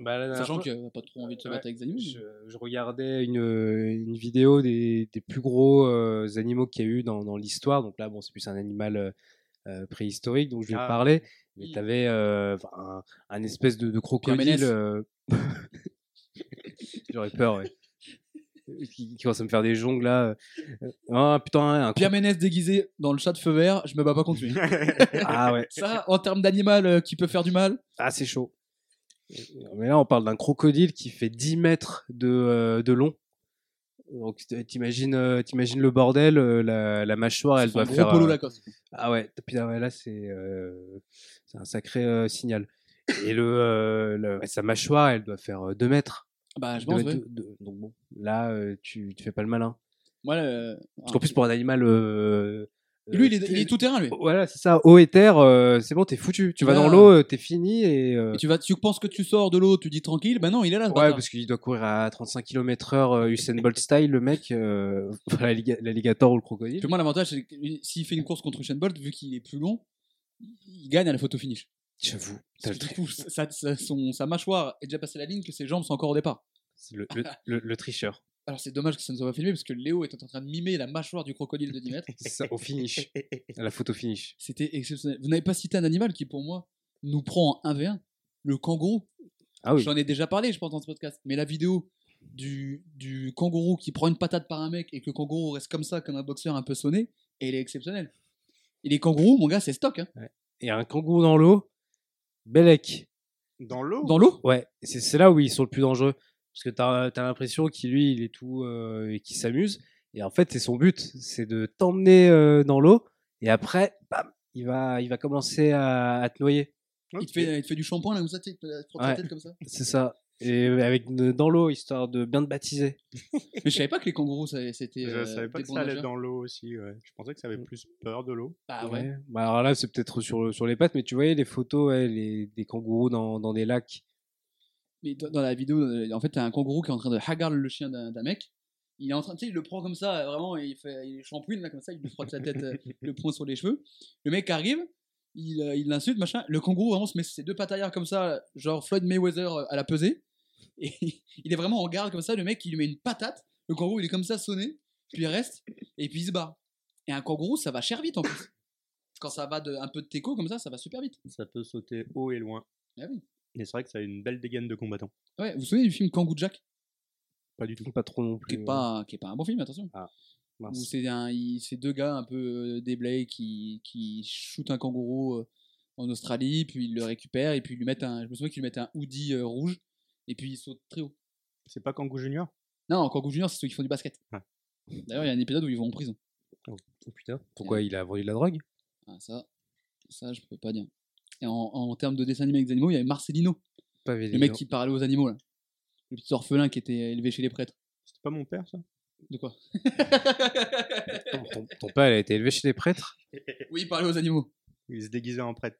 S3: Bah,
S5: Euh,
S3: la dernière
S4: Sachant
S3: fois-
S4: que t'as pas trop envie de se
S3: Ouais.
S4: battre avec des animaux.
S3: Je, je regardais une, euh, une vidéo des, des plus gros euh, animaux qu'il y a eu dans, dans l'histoire. Donc là, bon, c'est plus un animal euh, euh, préhistorique, donc je vais
S5: Ah.
S3: parler. Mais
S4: Mm.
S3: tu avais un, un espèce de, de crocodile.
S4: Ménès.
S3: euh, J'aurais peur, ouais. Qui, qui commence à me faire des jongles là. Euh, Ah putain, un
S4: Pierre Ménès déguisé dans le chat de feu vert, je me bats pas contre lui.
S3: croc- Ah ouais,
S4: Ça, en termes d'animal euh, qui peut faire du mal,
S3: ah c'est chaud. Mais là, on parle d'un crocodile qui fait 10 mètres de, euh, de long. Donc, t- t'imagines, euh, t'imagines le bordel, euh, la, la mâchoire, elle
S4: c'est
S3: doit
S4: un gros
S3: faire.
S4: polo
S3: euh,
S4: Lacoste.
S3: Ah ouais, t- putain, ouais, là, c'est euh, c'est un sacré euh, signal. Et le, euh, le- ouais, sa mâchoire, elle doit faire 2 mètres.
S4: Bah, je
S3: Deux
S4: pense,
S3: mètres
S4: ouais.
S3: de- de- donc, bon, là, euh, tu, tu fais pas le malin.
S4: Moi, le- euh,
S3: Parce qu'en plus, pour un animal. euh, euh,
S4: Ah. Lui, il est, il est tout terrain, lui.
S3: Voilà, c'est ça, eau et terre, euh, c'est bon, t'es foutu. Tu vas
S4: Ouais.
S3: dans l'eau, euh, t'es fini et. euh,
S4: Et tu, vas, tu penses que tu sors de l'eau, tu dis tranquille, bah non, il est là. ce
S3: Ouais,
S4: bâtard.
S3: parce qu'il doit courir à 35 km/h euh, Usain Bolt style, le mec, euh, enfin, l'alliga- l'alligator ou le crocodile.
S4: Puis moi, l'avantage, c'est que s'il fait une course contre Usain Bolt, vu qu'il est plus long, il gagne à la photo finish.
S3: J'avoue, t'as
S4: Parce
S3: le
S4: que du
S3: tri-
S4: coup, sa, sa- son- sa mâchoire est déjà passée la ligne, que ses jambes sont encore au départ.
S3: c'est le, le- le- le tricheur.
S4: Alors c'est dommage que ça ne soit pas filmé, parce que Léo était en train de mimer la mâchoire du crocodile de 10 mètres.
S3: C'est ça, au finish, à la photo finish.
S4: C'était exceptionnel. Vous n'avez pas cité un animal qui, pour moi, nous prend en 1v1, le kangourou.
S3: Ah oui,
S4: J'en ai déjà parlé, je pense, dans ce podcast. Mais la vidéo du, du kangourou qui prend une patate par un mec et que le kangourou reste comme ça, comme un boxeur un peu sonné, elle est exceptionnelle. Et les kangourous, mon gars, c'est stock. hein.
S3: et un kangourou dans l'eau, Belek.
S5: Dans l'eau
S4: Dans l'eau
S3: Ouais, c'est c'est là où ils sont le plus dangereux. Parce que t'as as, l'impression qu'il, lui, il est tout. euh, et qu'il s'amuse. Et en fait, c'est son but, c'est de t'emmener euh, dans l'eau. Et après, bam, il va, il va commencer à- à te noyer.
S4: il, te fait, euh, il te fait du shampoing, là, comme ça, tu sais, il te prend ta
S3: Ouais.
S4: tête comme ça.
S3: C'est ça. Et avec de- dans l'eau, histoire de bien te baptiser.
S4: Mais je savais pas que les kangourous, ça- c'était.
S5: Je
S4: euh,
S5: savais pas
S4: des
S5: que
S4: bons
S5: ça allait
S4: nageurs.
S5: dans l'eau aussi. ouais. Je pensais que
S4: Mm.
S5: ça avait plus peur de l'eau.
S4: Bah ouais.
S3: Bah alors là, c'est peut-être sur, le- sur les pattes, mais tu voyais les photos ouais, les- des kangourous dans, dans des lacs.
S4: Mais dans dans la vidéo, euh, en fait, t'as un kangourou qui est en train de hagar le chien d'un d'un mec. Il est en train, tu sais, il le prend comme ça, euh, vraiment, et il fait, il shampouine là comme ça, il lui frotte la tête, euh, le poing sur les cheveux. Le mec arrive, il, euh, il l'insulte, machin. Le kangourou vraiment se met ses deux pattes arrière comme ça, genre Floyd Mayweather euh, à la pesée. Et il est vraiment en garde comme ça. Le mec, il lui met une patate. Le kangourou, il est comme ça sonné, puis il reste, et puis il se barre. Et un kangourou, ça va cher vite en plus. Quand ça va de, un peu de teco comme ça, ça va super vite.
S5: Ça peut sauter haut et loin.
S4: Ah oui.
S5: Et c'est vrai que ça a une belle dégaine de combattant.
S4: Ouais, vous vous souvenez du film Kangoo Jack,
S5: Pas du tout.
S3: Pas trop non
S4: qui
S3: plus.
S4: est pas, qui est pas un bon film, attention.
S3: Mince.
S4: où c'est un- il- c'est deux gars un peu euh, déblés qui, qui shootent un kangourou euh, en Australie, puis ils le récupèrent, et puis ils lui mettent un, je me souviens qu'ils lui mettent un hoodie euh, rouge, et puis ils sautent très haut.
S5: C'est pas Kangoo Junior
S4: Non, non, kangourou junior, c'est ceux qui font du basket.
S5: Ouais.
S4: D'ailleurs, il y a un épisode où ils vont en prison.
S3: Oh, putain. Pourquoi il a vendu de la drogue
S4: Ah, ça, ça, je peux pas dire. Et en, en termes de dessin animé avec des animaux, il y avait Marcelino,
S3: Pas
S4: le mec qui parlait aux animaux, là. Le petit orphelin qui était élevé chez les prêtres.
S5: C'était pas mon père, ça
S4: De quoi
S3: Ton, ton- ton père, il a été élevé chez les prêtres
S4: Oui, parler aux animaux.
S5: Il se déguisait en prêtre.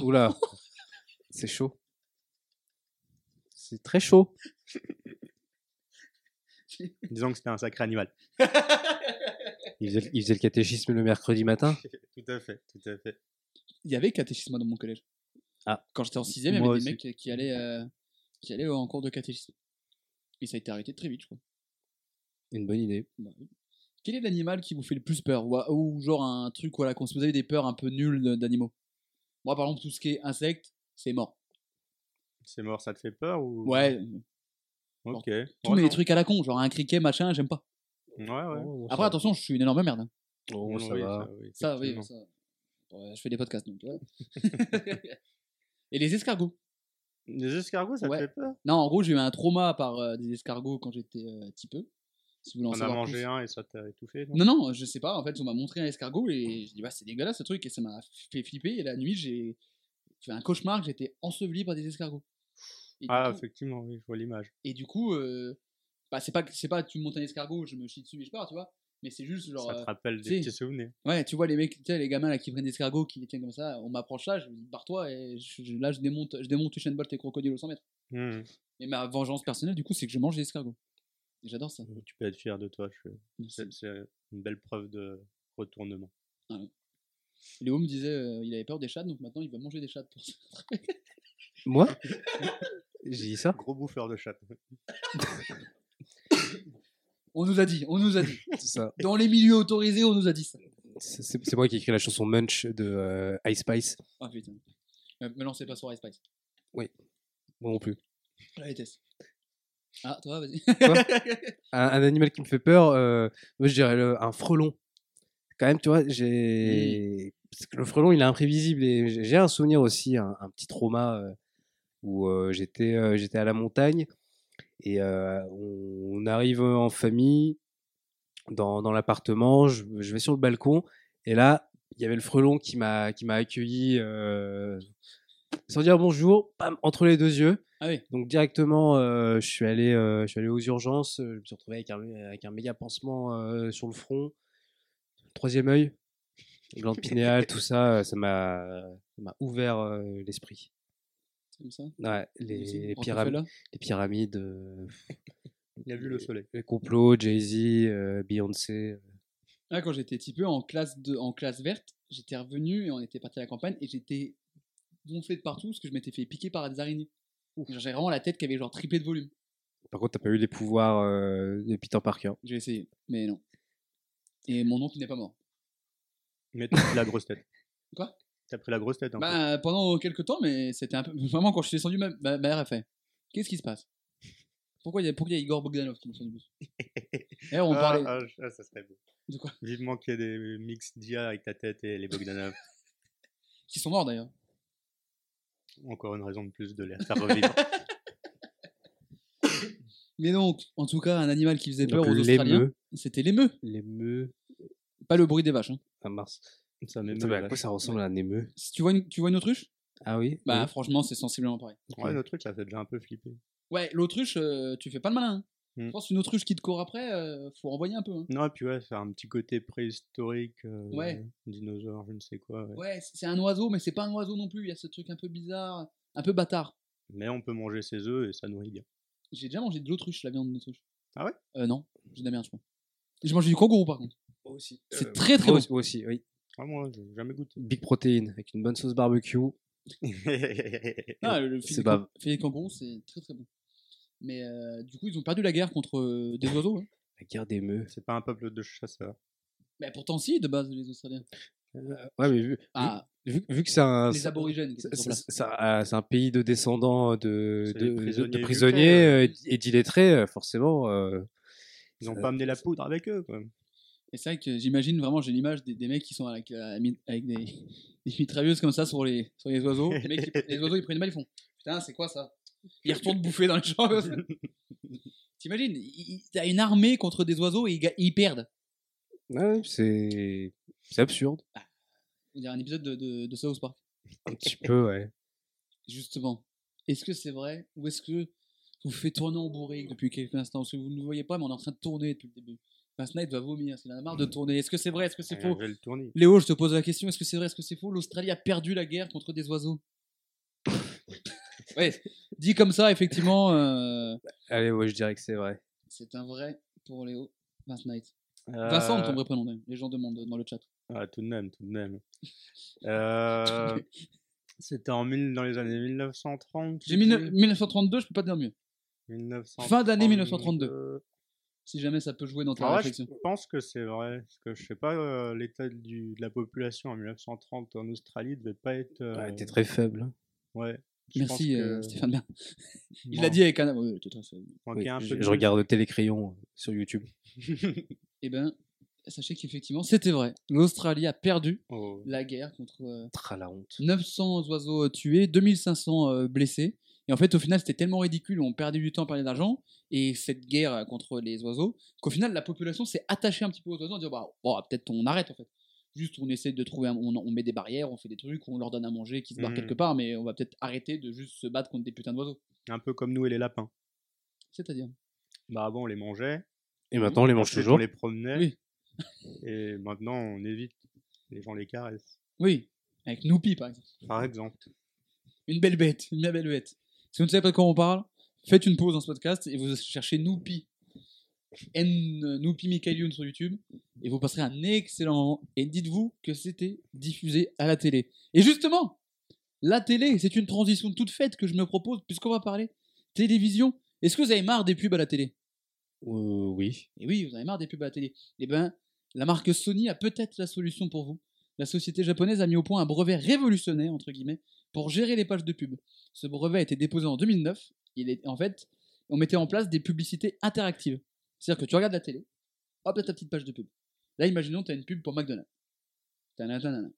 S3: Oula, c'est chaud. C'est très chaud.
S5: Disons que c'était un sacré animal.
S3: Il faisait, il faisait le catéchisme le mercredi matin.
S5: Tout à fait, tout à fait.
S4: Il y avait catéchisme moi, dans mon collège.
S3: Ah.
S4: Quand j'étais en 6 il y avait
S3: Moi
S4: des
S3: aussi.
S4: mecs qui- qui allaient, euh, qui allaient en cours de catéchisme. Et ça a été arrêté très vite, je crois.
S3: Une bonne idée.
S4: Bah oui. Quel est l'animal qui vous fait le plus peur ou, ou genre un truc, voilà, quand vous avez des peurs un peu nulles de- d'animaux Moi, par exemple, tout ce qui est insectes, c'est mort.
S5: C'est mort, ça te fait peur ou
S4: Ouais,
S5: Ok.
S4: tous
S5: Ouais,
S4: les
S5: non.
S4: trucs à la con, genre un criquet, machin, j'aime pas.
S5: Ouais, ouais.
S3: Oh,
S4: Après, attention, je suis une énorme merde. hein.
S3: Oh, ça
S5: Oui,
S3: va.
S4: Ça, oui,
S5: effectivement.
S4: ça. Ouais, je fais des podcasts, donc. ouais. Et les escargots
S5: Les escargots, ça
S4: Ouais.
S5: te fait peur
S4: Non, en gros, j'ai eu un trauma par euh, des escargots quand j'étais euh, petit peu. Si vous voulez en
S5: On a
S4: savoir
S5: mangé
S4: plus.
S5: un et ça t'a étouffé
S4: Non,
S5: non
S4: non, je sais pas. En fait, on m'a montré un escargot et je dis, bah, c'est dégueulasse ce truc. Et ça m'a fait flipper. Et la nuit, j'ai fait un cauchemar que j'étais enseveli par des escargots. Et du
S5: Ah,
S4: coup,
S5: effectivement, oui, je vois l'image.
S4: et du coup, euh, bah, c'est pas, c'est pas tu montes un escargot, je me chie dessus et je pars, tu vois. Mais c'est juste genre.
S5: Ça te
S4: euh,
S5: rappelle
S4: si.
S5: des petits souvenirs.
S4: ouais, tu vois, les mecs, tu sais, les gamins là qui prennent des escargots, qui les tiennent comme ça, on m'approche là, je me dis, barre-toi. Et je- je- là, je démonte, je démonte Usain Bolt et Crocodile au 100 mètres.
S5: Hmm.
S4: Et ma vengeance personnelle, du coup, c'est que je mange des escargots. Et J'adore ça.
S5: Tu peux être fier de toi. je-
S4: Merci.
S5: C'est c'est une belle preuve de retournement.
S4: Léo me disait, euh, il avait peur des chats, donc maintenant il va manger des chats pour ça.
S3: Moi J'ai dit ça
S5: Gros bouffeur de chat.
S4: On nous a dit, on nous a dit.
S3: C'est ça.
S4: Dans les milieux autorisés, on nous a dit ça.
S3: C'est- C'est c'est moi qui ai écrit la chanson Munch de euh, Ice Spice.
S4: Ah putain. Euh, Me lancez pas sur Ice Spice.
S3: Moi non plus.
S4: Je la déteste. Ah, toi, vas-y.
S3: Un, un animal qui me fait peur, euh, moi je dirais le- un frelon. Quand même, tu vois, j'ai. parce que le frelon, il est imprévisible. Et j'ai- j'ai un souvenir aussi, un, un petit trauma euh, où euh, j'étais euh, j'étais à la montagne et euh, on, on arrive en famille dans, dans l'appartement. Je, je vais sur le balcon et là, il y avait le frelon qui m'a qui m'a accueilli euh, sans dire bonjour, bam, entre les deux yeux.
S4: Ah oui.
S3: Donc directement, euh, je, suis allé, euh, je suis allé aux urgences, euh, je me suis retrouvé avec un, avec un méga pansement euh, sur le front, troisième œil, glande pinéale, tout ça, euh, ça m'a ça m'a ouvert euh, l'esprit.
S4: C'est comme ça.
S3: Ouais, les,
S4: Vas-y,
S3: les
S4: prends ton
S3: pyram-
S4: feu, là.
S3: les pyramides, euh,
S5: Il a vu le soleil.
S3: les complots, Jay-Z, euh, Beyoncé.
S4: Ah, quand j'étais petit peu en classe, de, en classe verte, j'étais revenu et on était parti à la campagne et j'étais gonflé de partout parce que je m'étais fait piquer par des araignées. Genre, J'avais vraiment la tête qui avait genre triplé de volume.
S3: Par contre, t'as pas eu les pouvoirs euh, de Peter Parker.
S4: J'ai essayé, mais non. Et mon oncle n'est pas mort.
S5: Mais t'as pris la grosse tête.
S4: Quoi
S5: T'as pris la grosse tête un peu.
S4: Bah, pendant quelques temps, mais c'était un peu. Vraiment, quand je suis descendu, ma, ma ma mère a fait Qu'est-ce qui se passe Pourquoi il y, a- pourquoi il y a Igor Bogdanov qui descend du bus D'ailleurs, on
S5: Ah,
S4: parlait.
S5: ah, je- ah, ça serait beau.
S4: De quoi
S5: Vivement qu'il y ait des mix d'IA avec ta tête et les Bogdanov.
S4: Qui sont morts d'ailleurs.
S5: Encore une raison de plus de les faire revivre.
S4: Mais donc, en tout cas, un animal qui faisait peur
S3: Donc,
S4: aux Australiens,
S3: l'émeu,
S4: c'était l'émeu.
S3: l'émeu
S4: Pas le bruit des vaches. hein.
S3: à Mars.
S5: ça m'émeut,
S3: Putain, mais à
S5: la
S3: quoi
S5: vache.
S3: ça ressemble à un émeu
S4: Si tu vois une, tu vois une autruche
S3: Ah oui
S4: Bah, franchement, c'est sensiblement pareil.
S5: Ouais, notre truc, ça fait déjà un peu flipper.
S4: Ouais, l'autruche, euh, tu fais pas le malin. hein.
S5: Mm.
S4: Je pense une autruche qui te court après, euh, faut renvoyer un peu. hein.
S5: Non, et puis ouais, c'est un petit côté préhistorique, euh,
S4: Ouais.
S5: dinosaure, je ne sais quoi. ouais.
S4: Ouais, c'est un oiseau, mais c'est pas un oiseau non plus. Il y a ce truc un peu bizarre, un peu bâtard.
S5: Mais on peut manger ses œufs et ça nourrit bien.
S4: J'ai déjà mangé de l'autruche, la viande d'autruche.
S5: Ah ouais
S4: Euh, non, j'ai de la merde, je crois. J'ai mangé du kangourou par contre.
S3: Moi aussi. Euh,
S4: C'est très très
S3: moi
S4: bon.
S3: aussi, moi aussi, oui.
S5: Ah, moi, j'ai jamais goûté.
S3: Big protéine avec une bonne sauce barbecue.
S4: Ah, le
S3: C'est
S4: filet de
S3: bave.
S4: kan- filet de kangourou, c'est très très bon. Mais euh, du coup, ils ont perdu la guerre contre euh, des oiseaux. hein.
S3: La guerre des meufs.
S5: c'est pas un peuple de chasseurs.
S4: Mais pourtant, si, de base, les Australiens.
S3: Ouais, mais vu,
S4: Ah,
S3: vu, vu- vu que c'est un,
S4: les
S3: c'est-
S4: aborigènes. qui
S3: c'est-
S4: étaient sur
S3: c'est-
S4: place.
S3: c'est un- euh, c'est un pays de descendants de,
S5: C'est
S3: de,
S5: les
S3: de- de
S5: prisonniers du
S3: prisonniers
S5: temps,
S3: euh, et d'illettrés, euh, forcément. euh,
S5: Ils ont
S3: ça-
S5: pas amené la poudre avec eux, quoi.
S4: Et c'est vrai que j'imagine vraiment, j'ai l'image des, des mecs qui sont avec, euh, mi- avec des, des mitrailleuses comme ça sur les, sur les oiseaux. Les, mecs, ils- les oiseaux, ils prennent mal, ils font Putain, c'est quoi ça Ils retournent bouffer dans les champs. comme ça. T'imagines, il- il- t'as une armée contre des oiseaux et ils, ga- ils perdent.
S3: ouais, c'est c'est absurde.
S4: On dirait un épisode de, de, de South Park.
S3: Un petit peu, ouais.
S4: Justement, est-ce que c'est vrai ou est-ce que je vous faites tourner en bourrique depuis quelques instants Parce que vous ne le voyez pas, mais on est en train de tourner depuis le début. Enfin, Snipe va vomir, il en a marre
S5: Mm.
S4: de tourner. Est-ce que c'est vrai Est-ce que c'est
S5: Je
S4: faux
S5: vais le tourner.
S4: Léo, je te pose la question, est-ce que c'est vrai Est-ce que c'est faux L'Australie a perdu la guerre contre des oiseaux Ouais, dit comme ça, effectivement, euh,
S3: Allez, ouais, je dirais que c'est vrai.
S4: c'est un vrai pour Léo. Vince Knight. Vincent,
S5: Euh,
S4: ton vrai prénom, d'ailleurs. les gens demandent dans le chat.
S5: Ah, tout de même, tout de même. Euh, C'était en mille, dans les années 1930.
S4: J'ai mis ne- 1932, je peux pas te dire mieux. Fin d'année 1932. Si jamais ça peut jouer dans ta
S5: En vrai, Ah je
S4: réflexion.
S5: pense que c'est vrai. Parce que je sais pas, euh, l'état du- de la population en 1930 en Australie devait pas être. euh,
S3: Ouais, t'es très faible. hein.
S5: ouais. Je pense
S4: Merci
S5: que-
S4: euh, Stéphane Bern. Il
S5: Bon,
S4: l'a dit avec un... Oui, tout à fait.
S5: manquait
S3: Oui,
S5: un peu
S3: je,
S5: de
S3: je
S5: jus.
S3: regarde Télécrayon euh, sur YouTube.
S4: Eh ben, sachez qu'effectivement, c'était vrai. L'Australie a perdu
S5: Oh.
S4: la guerre contre... euh,
S3: Ah, Tra la honte.
S4: 900 oiseaux euh, tués, 2500 euh, blessés. Et en fait, au final, c'était tellement ridicule, on perdait du temps à parler d'argent, et cette guerre euh, contre les oiseaux, qu'au final, la population s'est attachée un petit peu aux oiseaux en disant, bah, bon, ah, peut-être on arrête en fait. Juste, on essaie de trouver, un- on, on met des barrières, on fait des trucs, on leur donne à manger, qu'ils se barrent
S5: Mhm.
S4: quelque part, mais on va peut-être arrêter de juste se battre contre des putains d'oiseaux.
S5: Un peu comme nous et les lapins.
S4: C'est-à-dire
S5: Bah avant on les mangeait,
S3: Et maintenant, on les mange
S5: ensuite,
S3: toujours.
S5: on les promenait,
S4: Oui.
S5: et maintenant on évite. Les gens les caressent.
S4: Oui, avec Noupi par exemple.
S5: Par exemple.
S4: Une belle bête, une bien belle bête. Si vous ne savez pas de quoi on parle, faites une pause dans ce podcast et vous cherchez Noupi. N euh, Noupi Michaelioun sur YouTube et vous passerez un excellent moment. Et dites-vous que c'était diffusé à la télé. Et justement, la télé, c'est une transition toute faite que je me propose puisqu'on va parler télévision. Est-ce que vous avez marre des pubs à la télé
S3: Euh, oui.
S4: et oui, vous en avez marre des pubs à la télé. Eh ben, la marque Sony a peut-être la solution pour vous. La société japonaise a mis au point un brevet révolutionnaire, entre guillemets, pour gérer les pages de pub. Ce brevet a été déposé en 2009. Il est, en fait, on mettait en place des publicités interactives. C'est-à-dire que tu regardes la télé, hop, t'as ta petite page de pub. Là, imaginons, t'as une pub pour McDonald's. Tananana.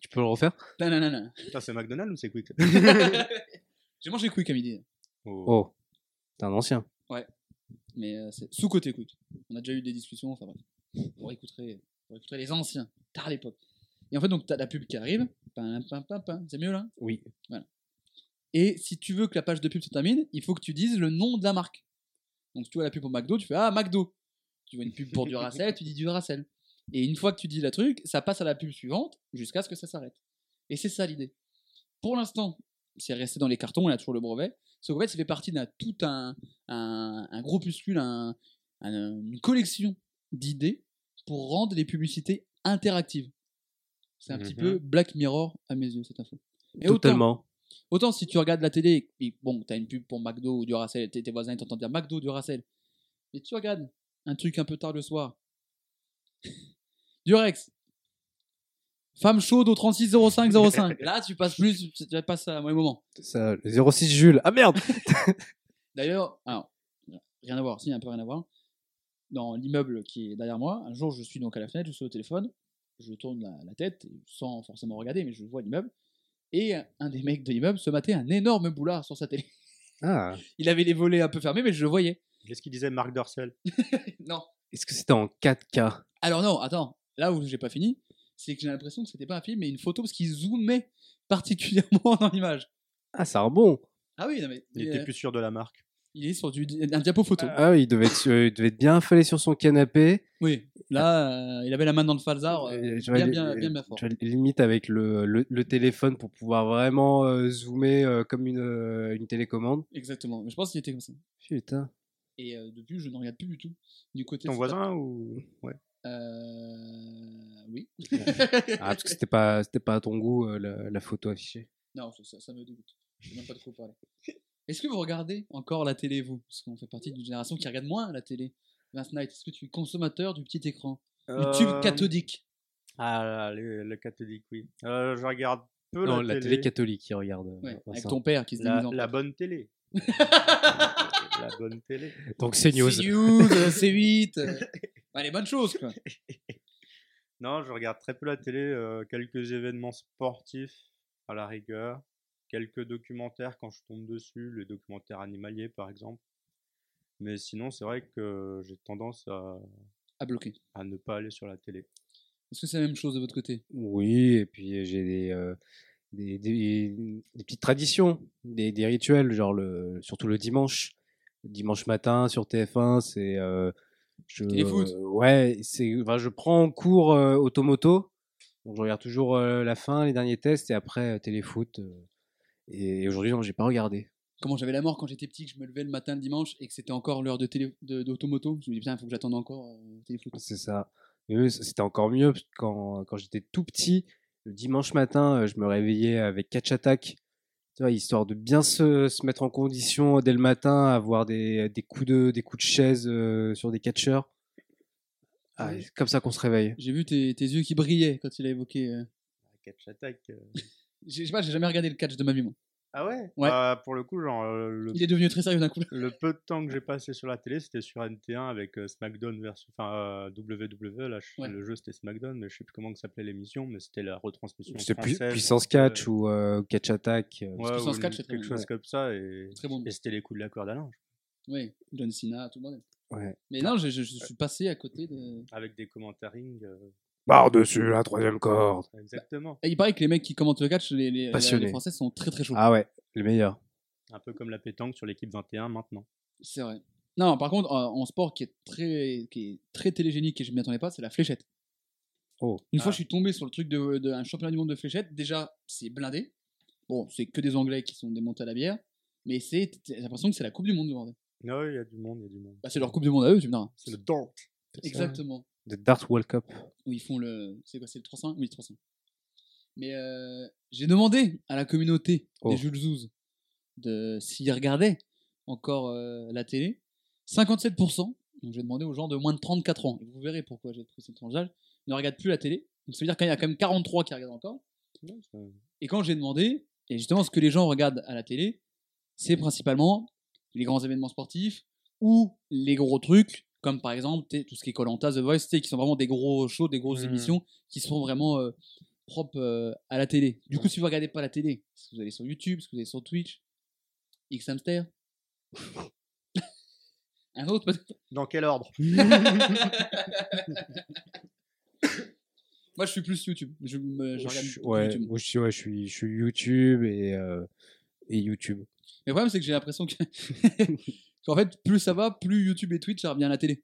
S3: Tu peux le refaire
S4: Tananana.
S5: Putain, c'est McDonald's ou c'est Quick
S4: J'ai mangé Quick à midi,
S5: Oh.
S3: Oh. T'es un ancien.
S4: mais euh, c'est sous-côté Quick. On a déjà eu des discussions, enfin bref. On réécouterait, on réécouterait les anciens, tard à l'époque. Et en fait, donc, t'as la pub qui arrive. Pam, pam, pam, pam. C'est mieux là
S3: Oui.
S4: Et si tu veux que la page de pub se termine, il faut que tu dises le nom de la marque. Donc si tu vois la pub pour McDo, tu fais Ah, McDo. Tu vois une pub pour Duracell, tu dis Duracell. Et une fois que tu dis la truc, ça passe à la pub suivante jusqu'à ce que ça s'arrête. Et c'est ça l'idée. Pour l'instant, c'est resté dans les cartons, on a toujours le brevet. Sauf qu'en fait, ça fait partie d'un tout un, un, un groupuscule, un- un- une collection d'idées pour rendre les publicités interactives. C'est un petit
S5: Mhm.
S4: peu Black Mirror à mes yeux, cette info. Et autant-
S3: Totalement.
S4: Autant si tu regardes la télé, et bon, t'as une pub pour McDo ou Duracell, tes tes voisins ils t'entendent dire McDo, Duracell. Mais tu regardes un truc un peu tard le soir. Durex. Femme chaude au 360505. Là, tu passes plus, tu tu passes à un mauvais moment.
S3: Ça, le 06 Jules. Ah merde
S4: D'ailleurs, alors, rien à voir, si, un peu rien à voir. Dans l'immeuble qui est derrière moi, un jour, je suis donc à la fenêtre, je suis au téléphone, je tourne la, la tête, sans forcément regarder, mais je vois l'immeuble. Et un des mecs de l'immeuble se matait un énorme boulard sur sa télé.
S3: Ah.
S4: Il avait les volets un peu fermés, mais je le voyais.
S5: Qu'est-ce qu'il disait Marc Dorcel
S4: Non.
S3: Est-ce que c'était en 4K
S4: Alors non, attends. Là où j'ai pas fini, c'est que j'ai l'impression que c'était pas un film, mais une photo parce qu'il zoomait particulièrement dans l'image.
S3: Ah, ça rebond.
S4: Ah oui, non, mais
S5: Il
S4: il,
S5: était
S4: est-
S5: plus sûr de la marque.
S4: il est sur du, un diapo photo.
S3: Ah, oui, il devait être, sur- il devait être bien affalé sur son canapé.
S4: Oui. Là, euh, il avait la main dans le falzar, euh,
S3: Euh, tu vois,
S4: bien,
S3: li-
S4: bien,
S3: euh,
S4: bien, bien fort.
S3: tu vois, limite avec le, le, le téléphone pour pouvoir vraiment euh, zoomer euh, comme une, euh, une télécommande.
S4: Exactement. Mais je pense qu'il était comme ça.
S3: Putain.
S4: Et euh, depuis, je ne regarde plus du tout du côté.
S5: Ton
S4: de-
S5: voisin ou Ouais.
S4: Euh, Oui.
S3: Ah, parce que c'était pas, c'était pas à ton goût euh, la, la photo affichée.
S4: Non, ça- ça, ça me dégoûte. Je sais même pas de quoi parler. Est-ce que vous regardez encore la télé, vous Parce qu'on fait partie d'une génération qui regarde moins la télé. Vince Knight, est-ce que tu es consommateur du petit écran Du
S5: Euh,
S4: tube cathodique
S5: Ah, là, le, le catholique, oui. Euh, je regarde peu
S3: Non,
S5: la,
S3: la télé catholique qui regarde. euh,
S4: Ouais, Avec
S3: Vincent.
S4: ton père qui se
S5: La,
S4: déguise en
S5: la bonne télé. la bonne télé.
S3: Donc c'est news.
S4: CNews, euh, C8. euh, bah, les bonnes choses, quoi.
S5: Non, je regarde très peu la télé. euh, quelques événements sportifs, à la rigueur. Quelques documentaires quand je tombe dessus. Le documentaire animalier, par exemple. Mais sinon, c'est vrai que j'ai tendance à,
S4: À bloquer.
S5: à ne pas aller sur la télé.
S4: Est-ce que c'est la même chose de votre côté
S3: Oui, et puis euh, j'ai des, euh, des, des- mmh, des petites traditions, des, des rituels, genre le, surtout le dimanche. Le dimanche matin sur TF1, c'est euh, Je,
S4: Téléfoot.
S3: euh, ouais, c'est, enfin, je prends en cours euh, automoto. Donc, je regarde toujours euh, la fin, les derniers tests, et après euh, téléfoot. euh. et aujourd'hui, non, j'ai pas regardé.
S4: Comment j'avais la mort quand j'étais petit, que je me levais le matin le dimanche et que c'était encore l'heure de télé- de- d'automoto. je me dis putain, il faut que j'attende encore euh, téléfoot.
S3: C'est ça. Mais oui, c- c'était encore mieux parce que quand, quand j'étais tout petit. Le dimanche matin, euh, je me réveillais avec catch attack, tu vois, histoire de bien se, se mettre en condition dès le matin, avoir des, des coups de des coups de chaise euh, sur des catcheurs. Ah,
S4: Oui.
S3: c'est comme ça qu'on se réveille.
S4: J'ai vu tes, tes yeux qui brillaient quand il a évoqué. euh,
S5: Catch Attack. euh.
S4: j'ai- Je sais pas, j'ai jamais regardé le catch de ma vie, moi.
S5: Ah ouais,
S4: Ouais.
S5: Bah, Pour le coup, genre, euh, le,
S4: Il est devenu très sérieux d'un coup.
S5: le peu de temps que j'ai passé sur la télé, c'était sur NT1 avec euh, SmackDown versus. Enfin, euh, WWE, là, je-
S4: Ouais.
S5: le jeu c'était SmackDown, mais je sais plus comment que s'appelait l'émission, mais c'était la retransmission.
S3: C'était pui-
S5: française,
S3: puissance
S5: euh,
S3: catch ou euh, catch attack. euh,
S5: ouais,
S4: Puissance
S5: ou
S4: Catch, c'est très
S5: quelque
S4: bon,
S5: chose
S4: ouais.
S5: comme ça, et,
S4: Très bon.
S5: et c'était les coups de la corde à linge.
S4: Oui, John Cena, tout le monde.
S3: Ouais.
S4: Mais non, je, je- je suis passé à côté de.
S5: Avec des commentaring. euh,
S3: Par-dessus la troisième corde.
S5: exactement.
S4: Et il paraît que les mecs qui commentent le catch, les, les,
S3: Passionnés.
S4: les Français sont très très chauds.
S3: Ah ouais, le meilleur.
S5: Un peu comme la pétanque sur l'équipe 21 maintenant.
S4: C'est vrai. Non, par contre, en en sport qui est très, qui est très télégénique et je m'y attendais pas, c'est la fléchette.
S3: Oh.
S4: Une fois,
S5: Ah.
S4: je suis tombé sur le truc d'un de, un championnat du monde de fléchette. Déjà, c'est blindé. Bon, c'est que des Anglais qui sont démontés à la bière. Mais c'est, j'ai l'impression que c'est la Coupe du Monde, le bordel.
S5: Non, Ah il y a du monde, il y a du monde.
S4: Bah, c'est leur Coupe du Monde à eux, tu me diras.
S5: C'est le dante.
S4: Exactement.
S3: The Dart World Cup.
S4: Où ils font le. C'est quoi, c'est le 300 Oui, le 300. Mais euh, j'ai demandé à la communauté
S3: Oh.
S4: des Jules Zouz de, s'ils regardaient encore euh, la télé. 57%, donc j'ai demandé aux gens de moins de 34 ans, et vous verrez pourquoi j'ai pris cette tranche d'âge, ne regardent plus la télé. Donc ça veut dire qu'il y a quand même 43 qui regardent encore.
S5: Ouais, ça-
S4: Et quand j'ai demandé, et justement, ce que les gens regardent à la télé, c'est principalement les grands événements sportifs ou les gros trucs, comme par exemple t'sais, tout ce qui est Colanta, The Voice, t'sais, qui sont vraiment des gros shows, des grosses
S3: Mmh.
S5: Mhm.
S4: émissions qui sont vraiment euh, propres euh, à la télé. Du
S3: Mmh.
S4: coup, si vous regardez pas la télé, si vous allez sur YouTube, si vous allez sur Twitch, X-Hamster, un autre peut-être.
S5: Dans quel ordre
S4: Moi, je suis plus YouTube. Je, me- je
S3: Oh, Je
S4: regarde
S3: suis-
S4: beaucoup
S3: ouais,
S4: YouTube.
S3: moi, je suis, ouais, je suis, je suis YouTube et, euh, et YouTube.
S4: Mais le problème, c'est que j'ai l'impression que. qu'en fait, plus ça va, plus YouTube et Twitch, ça revient à la télé.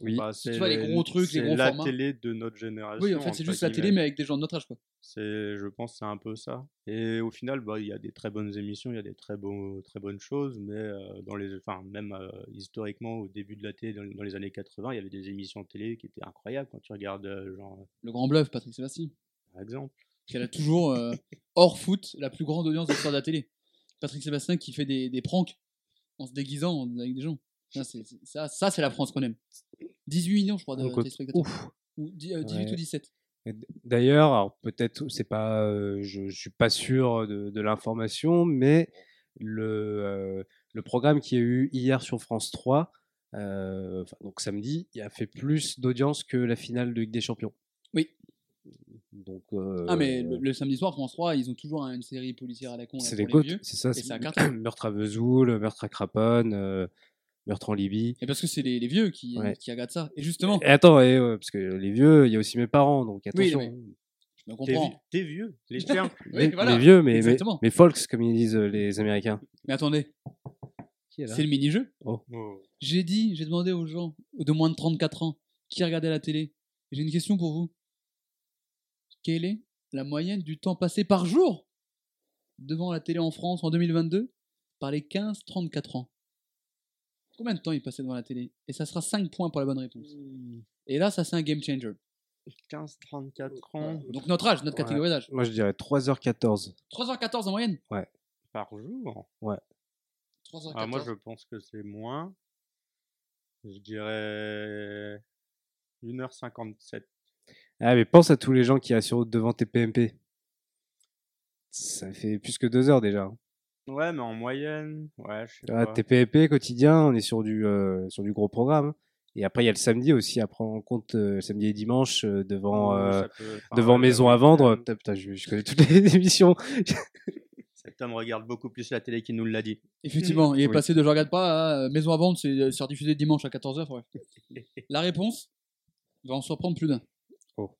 S3: Oui.
S5: Bah,
S4: Tu
S5: c'est
S4: vois, les gros trucs, les
S5: c'est
S4: gros
S5: la
S4: formats.
S5: télé de notre
S3: Ah,
S5: génération.
S4: Oui, en fait, c'est
S5: entre
S4: juste la télé,
S5: guillemets.
S4: mais avec des gens de notre âge, quoi.
S5: C'est, je pense, que c'est un peu ça. Et au final, bah, il y a des très bonnes émissions, il y a des très beaux, très bonnes choses, mais euh, dans les, enfin, même euh, historiquement, au début de la télé, dans, dans les années 80, il y avait des émissions télé qui étaient incroyables quand tu regardes, euh, genre, euh,
S4: Le Grand Bluff, Patrick Sébastien.
S5: par exemple.
S4: Qui a toujours, euh, hors foot, la plus grande audience de l'histoire de la télé. Patrick Sébastien qui fait des, des pranks en se déguisant avec des gens. Putain, c'est- c'est- ça, ça c'est la France qu'on aime. 18 millions, je crois, de
S3: Donc, euh,
S4: téléspectateurs.
S3: ouf.
S4: Ou dix- euh, 18
S3: Ouais.
S4: ou 17.
S3: Et d- D'ailleurs, alors, peut-être, c'est pas, euh, je, je suis pas sûr de, de l'information, mais le, euh, le programme qui a eu hier sur France 3, euh, enfin, donc samedi, il a fait plus d'audience que la finale de Ligue des Champions.
S4: Oui.
S3: Donc, euh,
S4: Ah, mais le, le samedi soir, France 3, ils ont toujours hein, une série policière à la con. là,
S3: c'est
S4: pour
S3: les
S4: les
S3: goûts,
S4: vieux.
S3: c'est ça.
S4: Et
S3: c'est
S4: ça cartonne.
S3: meurtre à Vesoul, meurtre à Craponne, euh, meurtre en Libye.
S4: Et parce que c'est les, les vieux qui,
S3: Ouais.
S4: qui regardent ça. Et justement,
S3: Et attends, et, euh, parce que les vieux, il y a aussi mes parents, donc attention. hein.
S4: mais- je me
S5: T'es, vi-
S4: comprends.
S5: t'es vieux, les fermes.
S4: Oui, voilà.
S3: Les vieux, mais, mais,
S4: Exactement.
S3: mais folks, comme ils disent euh, les Américains.
S4: Mais attendez,
S3: Qui est là
S4: c'est le mini-jeu.
S5: Oh.
S4: J'ai dit, j'ai demandé aux gens de moins de 34 ans qui regardaient la télé. J'ai une question pour vous. Quelle est la moyenne du temps passé par jour devant la télé en France en 2022 par les 15-34 ans Combien de temps ils passaient devant la télé Et ça sera 5 points pour la bonne réponse.
S3: Mmh.
S4: Et là, ça c'est un game changer.
S5: 15, 34 ans
S4: Donc notre âge, notre
S3: Ouais.
S4: catégorie d'âge.
S3: Moi, je dirais 3h14.
S4: 3h14 en moyenne
S5: par jour.
S4: 3h14.
S5: Ah, moi, je pense que c'est moins. Je dirais 1h57.
S3: Ah, mais pense à tous les gens qui assurent devant tes PMP. Ça fait plus que 2 heures déjà.
S5: Ouais, mais en moyenne, ouais, je sais
S3: Ah,
S5: pas.
S3: tes PMP quotidien, on est sur du, euh, sur du gros programme. Et après, il y a le samedi aussi à prendre en compte, euh, samedi et dimanche, euh, devant,
S5: Ouais,
S3: euh,
S5: Oh, ça peut- enfin,
S3: devant
S5: ouais,
S3: Maison
S5: le
S3: à vendre.
S5: week-end,
S3: Putain, putain, je, je connais toutes les émissions.
S5: Cet homme regarde beaucoup plus la télé qu'il nous l'a dit.
S4: Effectivement, il est
S3: Oui.
S4: passé de je regarde pas à euh, maison à vendre, c'est euh, c'est rediffusé dimanche à 14h. ouais. La réponse va en surprendre plus d'un.
S3: Oh.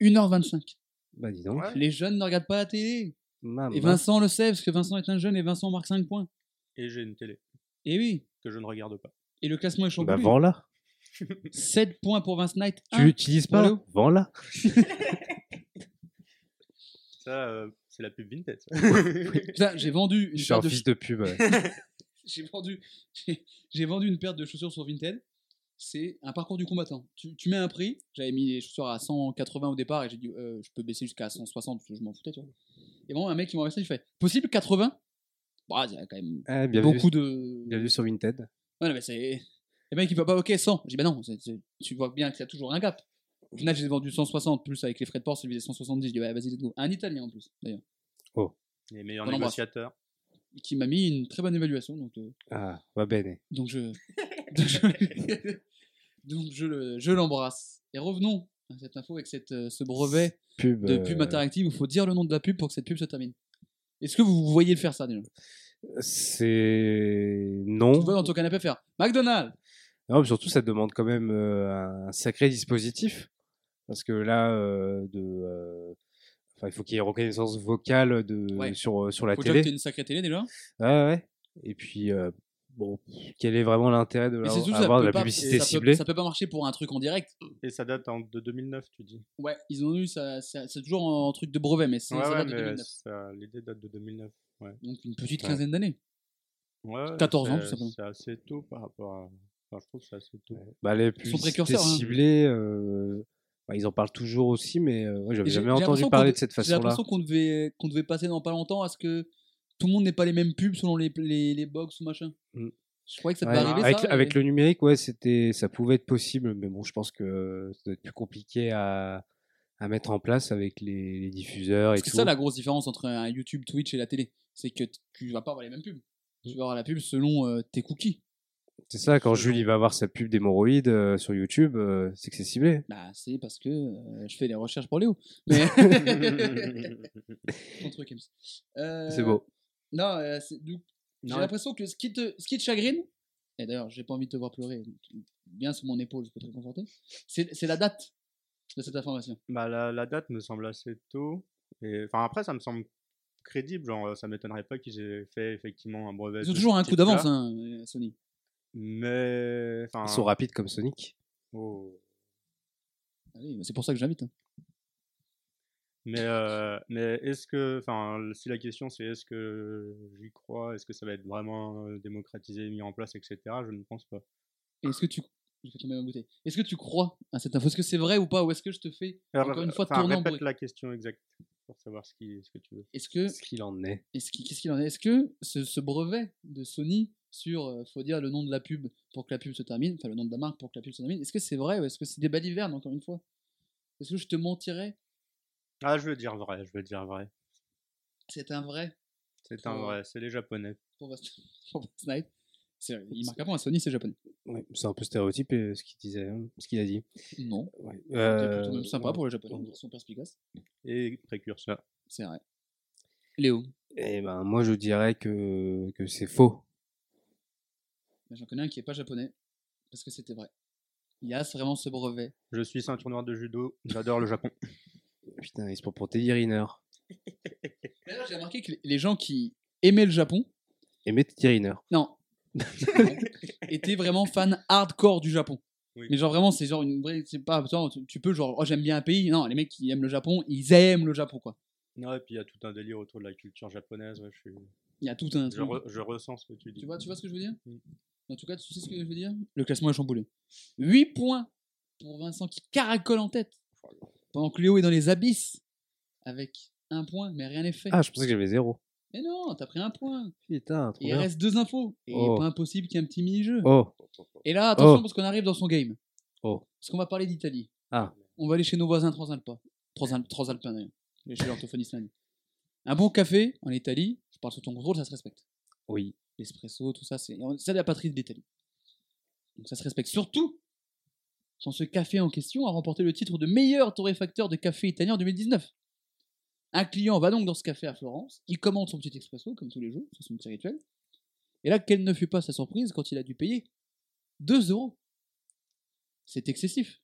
S4: 1h25.
S3: Bah, dis donc.
S5: Ouais.
S4: Les jeunes ne regardent pas la télé.
S3: Maman.
S4: Et Vincent le sait, parce que Vincent est un jeune et Vincent marque 5 points.
S5: Et j'ai une télé
S4: Et oui,
S5: que je ne regarde pas.
S4: et le classement est chamboulé.
S3: Bah, Eh vends-la.
S4: 7 points pour Vince Knight.
S3: Tu l'utilises pas
S4: Walou.
S3: Vends-la.
S5: Ça, euh, c'est la pub Vinted. ça.
S4: Putain, j'ai vendu, une
S3: Je suis
S4: paire
S3: un
S4: de
S3: fils de pub. ouais.
S4: j'ai vendu, j'ai- j'ai vendu une paire de chaussures sur Vinted. C'est un parcours du combattant. Tu, tu mets un prix. J'avais mis les chaussures à 180 au départ et j'ai dit euh, je peux baisser jusqu'à 160 parce que je m'en foutais, tu vois. Et bon, un mec qui m'a resté, il fait possible 80 Bah, il y a quand même
S3: Ah, bienvenue,
S4: beaucoup de.
S3: bienvenue sur Vinted.
S4: Ouais, non, mais c'est. Le mec, il peut pas, ok, 100. J'ai dit, bah non, c'est- c'est- tu vois bien qu'il y a toujours un gap. Au final, j'ai vendu 160 plus avec les frais de port, celui des 170. J'ai dit, ouais, vas-y, let's go. Un italien en plus, d'ailleurs,
S5: Les meilleurs
S4: On l'embrasse.
S5: négociateurs.
S4: qui m'a mis une très bonne évaluation. Donc, euh,
S3: Ah, va bene.
S4: donc je. donc je, donc je le- je l'embrasse. Et revenons à cette info avec cette, euh, ce brevet
S3: Pub.
S4: de
S3: euh,
S4: pub interactive où il faut dire le nom de la pub pour que cette pub se termine. Est-ce que vous voyez le faire ça déjà
S3: C'est.
S4: Tu
S3: Non.
S4: vois dans ton canapé faire McDonald's
S3: Non, mais surtout, ça demande quand même euh, un sacré dispositif. Parce que là, euh, de, euh, enfin, il faut qu'il y ait reconnaissance vocale de,
S4: Ouais.
S3: sur, euh, sur la
S4: Faut déjà que
S3: télé. Euh,
S4: t'aies une sacrée télé déjà.
S3: Ouais, ouais. Et puis, euh, bon, quel est vraiment l'intérêt de
S4: Mais
S3: la,
S4: c'est surtout, ça
S3: avoir de
S4: peut
S3: la
S4: pas-
S3: publicité
S4: ça peut-
S3: ciblée
S4: ça peut pas marcher pour un truc en direct.
S5: Et ça date en- de 2009, tu dis.
S4: Ouais, ils ont eu ça, ça- c'est toujours en truc de brevet, mais c'est
S5: Ouais,
S4: ça
S5: ouais,
S4: date de
S5: mais
S4: 2009.
S5: ça- l'idée date de 2009.
S4: Donc une petite
S3: Ouais.
S4: quinzaine d'années.
S5: Ouais, ouais,
S4: 14 ans,
S5: c'est-
S4: tout simplement.
S5: C'est assez tôt par rapport à. Enfin, je trouve que c'est assez tôt.
S3: bah, Les
S4: sont
S3: publicités
S4: précurseurs, hein.
S3: ciblées, euh, bah, ils en parlent toujours aussi, mais euh, ouais,
S4: Et
S3: j'avais
S4: j'ai-
S3: jamais
S4: j'ai
S3: entendu
S4: l'impression
S3: parler
S4: qu'on
S3: de cette
S4: J'ai
S3: façon-là.
S4: l'impression qu'on devait, qu'on devait passer dans pas longtemps à ce que tout le monde n'ait pas les mêmes pubs selon les, les, les box ou machin.
S3: Mm.
S4: Je croyais que ça
S3: Ouais,
S4: devait arriver.
S3: avec,
S4: ça, euh, et-
S3: avec le numérique, ouais, c'était, ça pouvait être possible, mais bon, je pense que euh, ça doit être plus compliqué à, à mettre en place avec les, les diffuseurs et
S4: Parce que
S3: tout.
S4: c'est ça la grosse différence entre un YouTube, Twitch et la télé. C'est que t- tu vas pas avoir les mêmes pubs.
S3: Mm.
S4: Tu vas avoir la pub selon euh, tes cookies.
S3: C'est ça, quand Jules il va voir sa pub d'hémorroïdes euh, sur YouTube, euh, c'est que c'est ciblé.
S4: Bah, c'est parce que euh, je fais des recherches pour Léo. Mais. Ton truc, Ems. Euh,
S3: C'est beau.
S4: Non, euh, c'est- du J'ai
S5: Non, mais-
S4: l'impression que ce qui te, ce qui te chagrine, et d'ailleurs, j'ai pas envie de te voir pleurer, donc, bien sous mon épaule, je peux te réconforter, c'est c'est la date de cette information.
S5: Bah, la, la date me semble assez tôt. Et enfin après, ça me semble crédible. Genre, euh, ça m'étonnerait pas qu'ils aient fait effectivement un brevet.
S4: Ils ont
S5: de
S4: toujours
S5: ce
S4: un coup
S5: type-là,
S4: d'avance, hein, euh, Sony.
S5: Mais enfin.
S3: Ils sont rapides comme Sonic.
S5: oh.
S4: Ah oui, bah, c'est pour ça que j'invite. hein.
S5: Mais, euh, mais est-ce que, enfin, si la question c'est est-ce que j'y crois, est-ce que ça va être vraiment euh, démocratisé, mis en place, etc., je ne pense pas.
S4: Et Est-ce que tu. Je vais tomber ma bouteille. Est-ce que tu crois à cette info Est-ce que c'est vrai ou pas Ou est-ce que je te fais encore une fois
S5: euh, Enfin,
S4: tourner en
S5: répète
S4: bruit
S5: la question exacte pour savoir ce, qui, ce que tu veux.
S4: Est-ce que.
S3: Ce qu'il en est.
S4: est-ce qu'il- Qu'est-ce qu'il en est Est-ce que ce, ce brevet de Sony sur, euh, faut dire, le nom de la pub pour que la pub se termine, enfin le nom de la marque pour que la pub se termine, est-ce que c'est vrai ou est-ce que c'est des balivernes, encore une fois Est-ce que je te mentirais
S5: Ah, je veux dire vrai, je veux dire vrai.
S4: C'est un vrai
S5: C'est un
S4: Pour-
S5: vrai, c'est les Japonais.
S4: pour Vast- pour Vast Knight. C'est- Il marque un point à Sony, c'est japonais.
S3: Ouais, c'est un peu stéréotypé ce qu'il disait, hein, ce qu'il a dit.
S4: Non,
S3: Ouais.
S4: c'est
S3: Euh,
S4: plutôt même sympa
S3: ouais.
S4: pour les japonais, ils sont perspicaces.
S5: Et précurseurs.
S4: C'est vrai. Léo,
S3: Eh ben, moi je dirais que, que c'est faux.
S4: Ben, j'en connais un qui est pas japonais, parce que c'était vrai. Il y a vraiment ce brevet.
S5: Je suis ceinture noire de judo, j'adore le Japon.
S3: Putain, ils se prend pour Teddy Riner.
S4: D'ailleurs, j'ai remarqué que les- les gens qui aimaient le Japon,
S3: Aimez Teddy Riner.
S4: non, étaient vraiment fans hardcore du Japon.
S5: Oui.
S4: Mais genre vraiment, c'est genre une vraie, c'est pas, genre, tu, tu peux genre, oh j'aime bien un pays. Non, les mecs qui aiment le Japon, ils aiment le Japon quoi.
S5: Non, et puis il y a tout un délire autour de la culture japonaise. ouais, je, suis-
S4: Il y a tout un.
S5: je,
S4: truc.
S5: re- je ressens ce que tu dis.
S4: Tu vois, tu vois ce que je veux dire
S5: Mm.
S4: En tout cas, tu sais ce que je veux dire Le classement est chamboulé. 8 points pour Vincent qui caracole en tête. Pendant que Léo est dans les abysses avec un point, mais rien n'est fait.
S3: Ah, je pensais que j'avais zéro.
S4: Mais non, t'as pris un point.
S3: Putain, trop
S4: Et il
S3: bien.
S4: reste deux infos. Et
S3: Oh.
S4: pas impossible qu'il y ait un petit mini-jeu.
S3: Oh,
S4: Et là, attention
S3: Oh.
S4: parce qu'on arrive dans son game.
S3: Oh.
S4: Parce qu'on va parler d'Italie.
S3: Ah.
S4: On va aller chez nos voisins transalpins. Transal- Transalpins d'ailleurs. Je vais Chez l'orthophoniste lundi. Un bon café en Italie, je parle sous ton contrôle, ça se respecte
S3: oui.
S4: l'espresso, tout ça, c'est c'est la patrie de l'Italie. Donc ça se respecte. Surtout quand ce café en question a remporté le titre de meilleur torréfacteur de café italien en 2019. Un client va donc dans ce café à Florence, il commande son petit espresso, comme tous les jours, c'est son petit rituel. Et là, quelle ne fut pas sa surprise quand il a dû payer 2 euros. C'est excessif.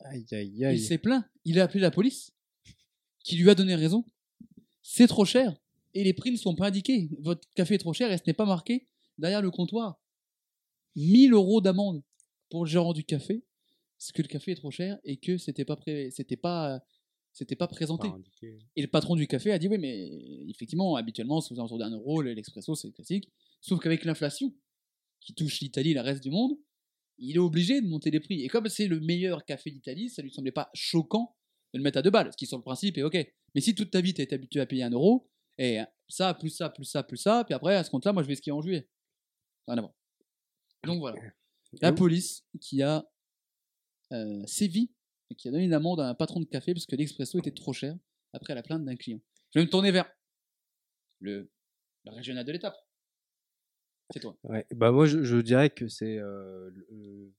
S3: Aïe, aïe,
S4: Il s'est plaint. Il a appelé la police, qui lui a donné raison. C'est trop cher et les prix ne sont pas indiqués. Votre café est trop cher et ce n'est pas marqué derrière le comptoir. 1000 euros d'amende pour le gérant du café c'est que le café est trop cher et que c'était pas pré- c'était pas euh, c'était pas présenté.
S5: Enfin, indiqué.
S4: Et le patron du café a dit oui, mais effectivement, habituellement, c'est aux alentours d'un euro, le- l'expresso, c'est classique. Sauf qu'avec l'inflation qui touche l'Italie et le reste du monde, il est obligé de monter les prix. Et comme c'est le meilleur café d'Italie, ça lui semblait pas choquant de le mettre à deux balles, ce qui sur le principe est ok. Mais si toute ta vie t'as été habitué à payer un euro, et ça, plus ça, plus ça, plus ça, puis après, à ce compte-là, moi je vais skier en juillet. Rien à voir. Donc voilà. La police qui a euh, sévi et qui a donné une amende à un patron de café parce que l'expresso était trop cher après la plainte d'un client. Je vais me tourner vers le, le régional de l'étape. C'est toi.
S3: Ouais, bah moi je, je dirais que c'est euh, le,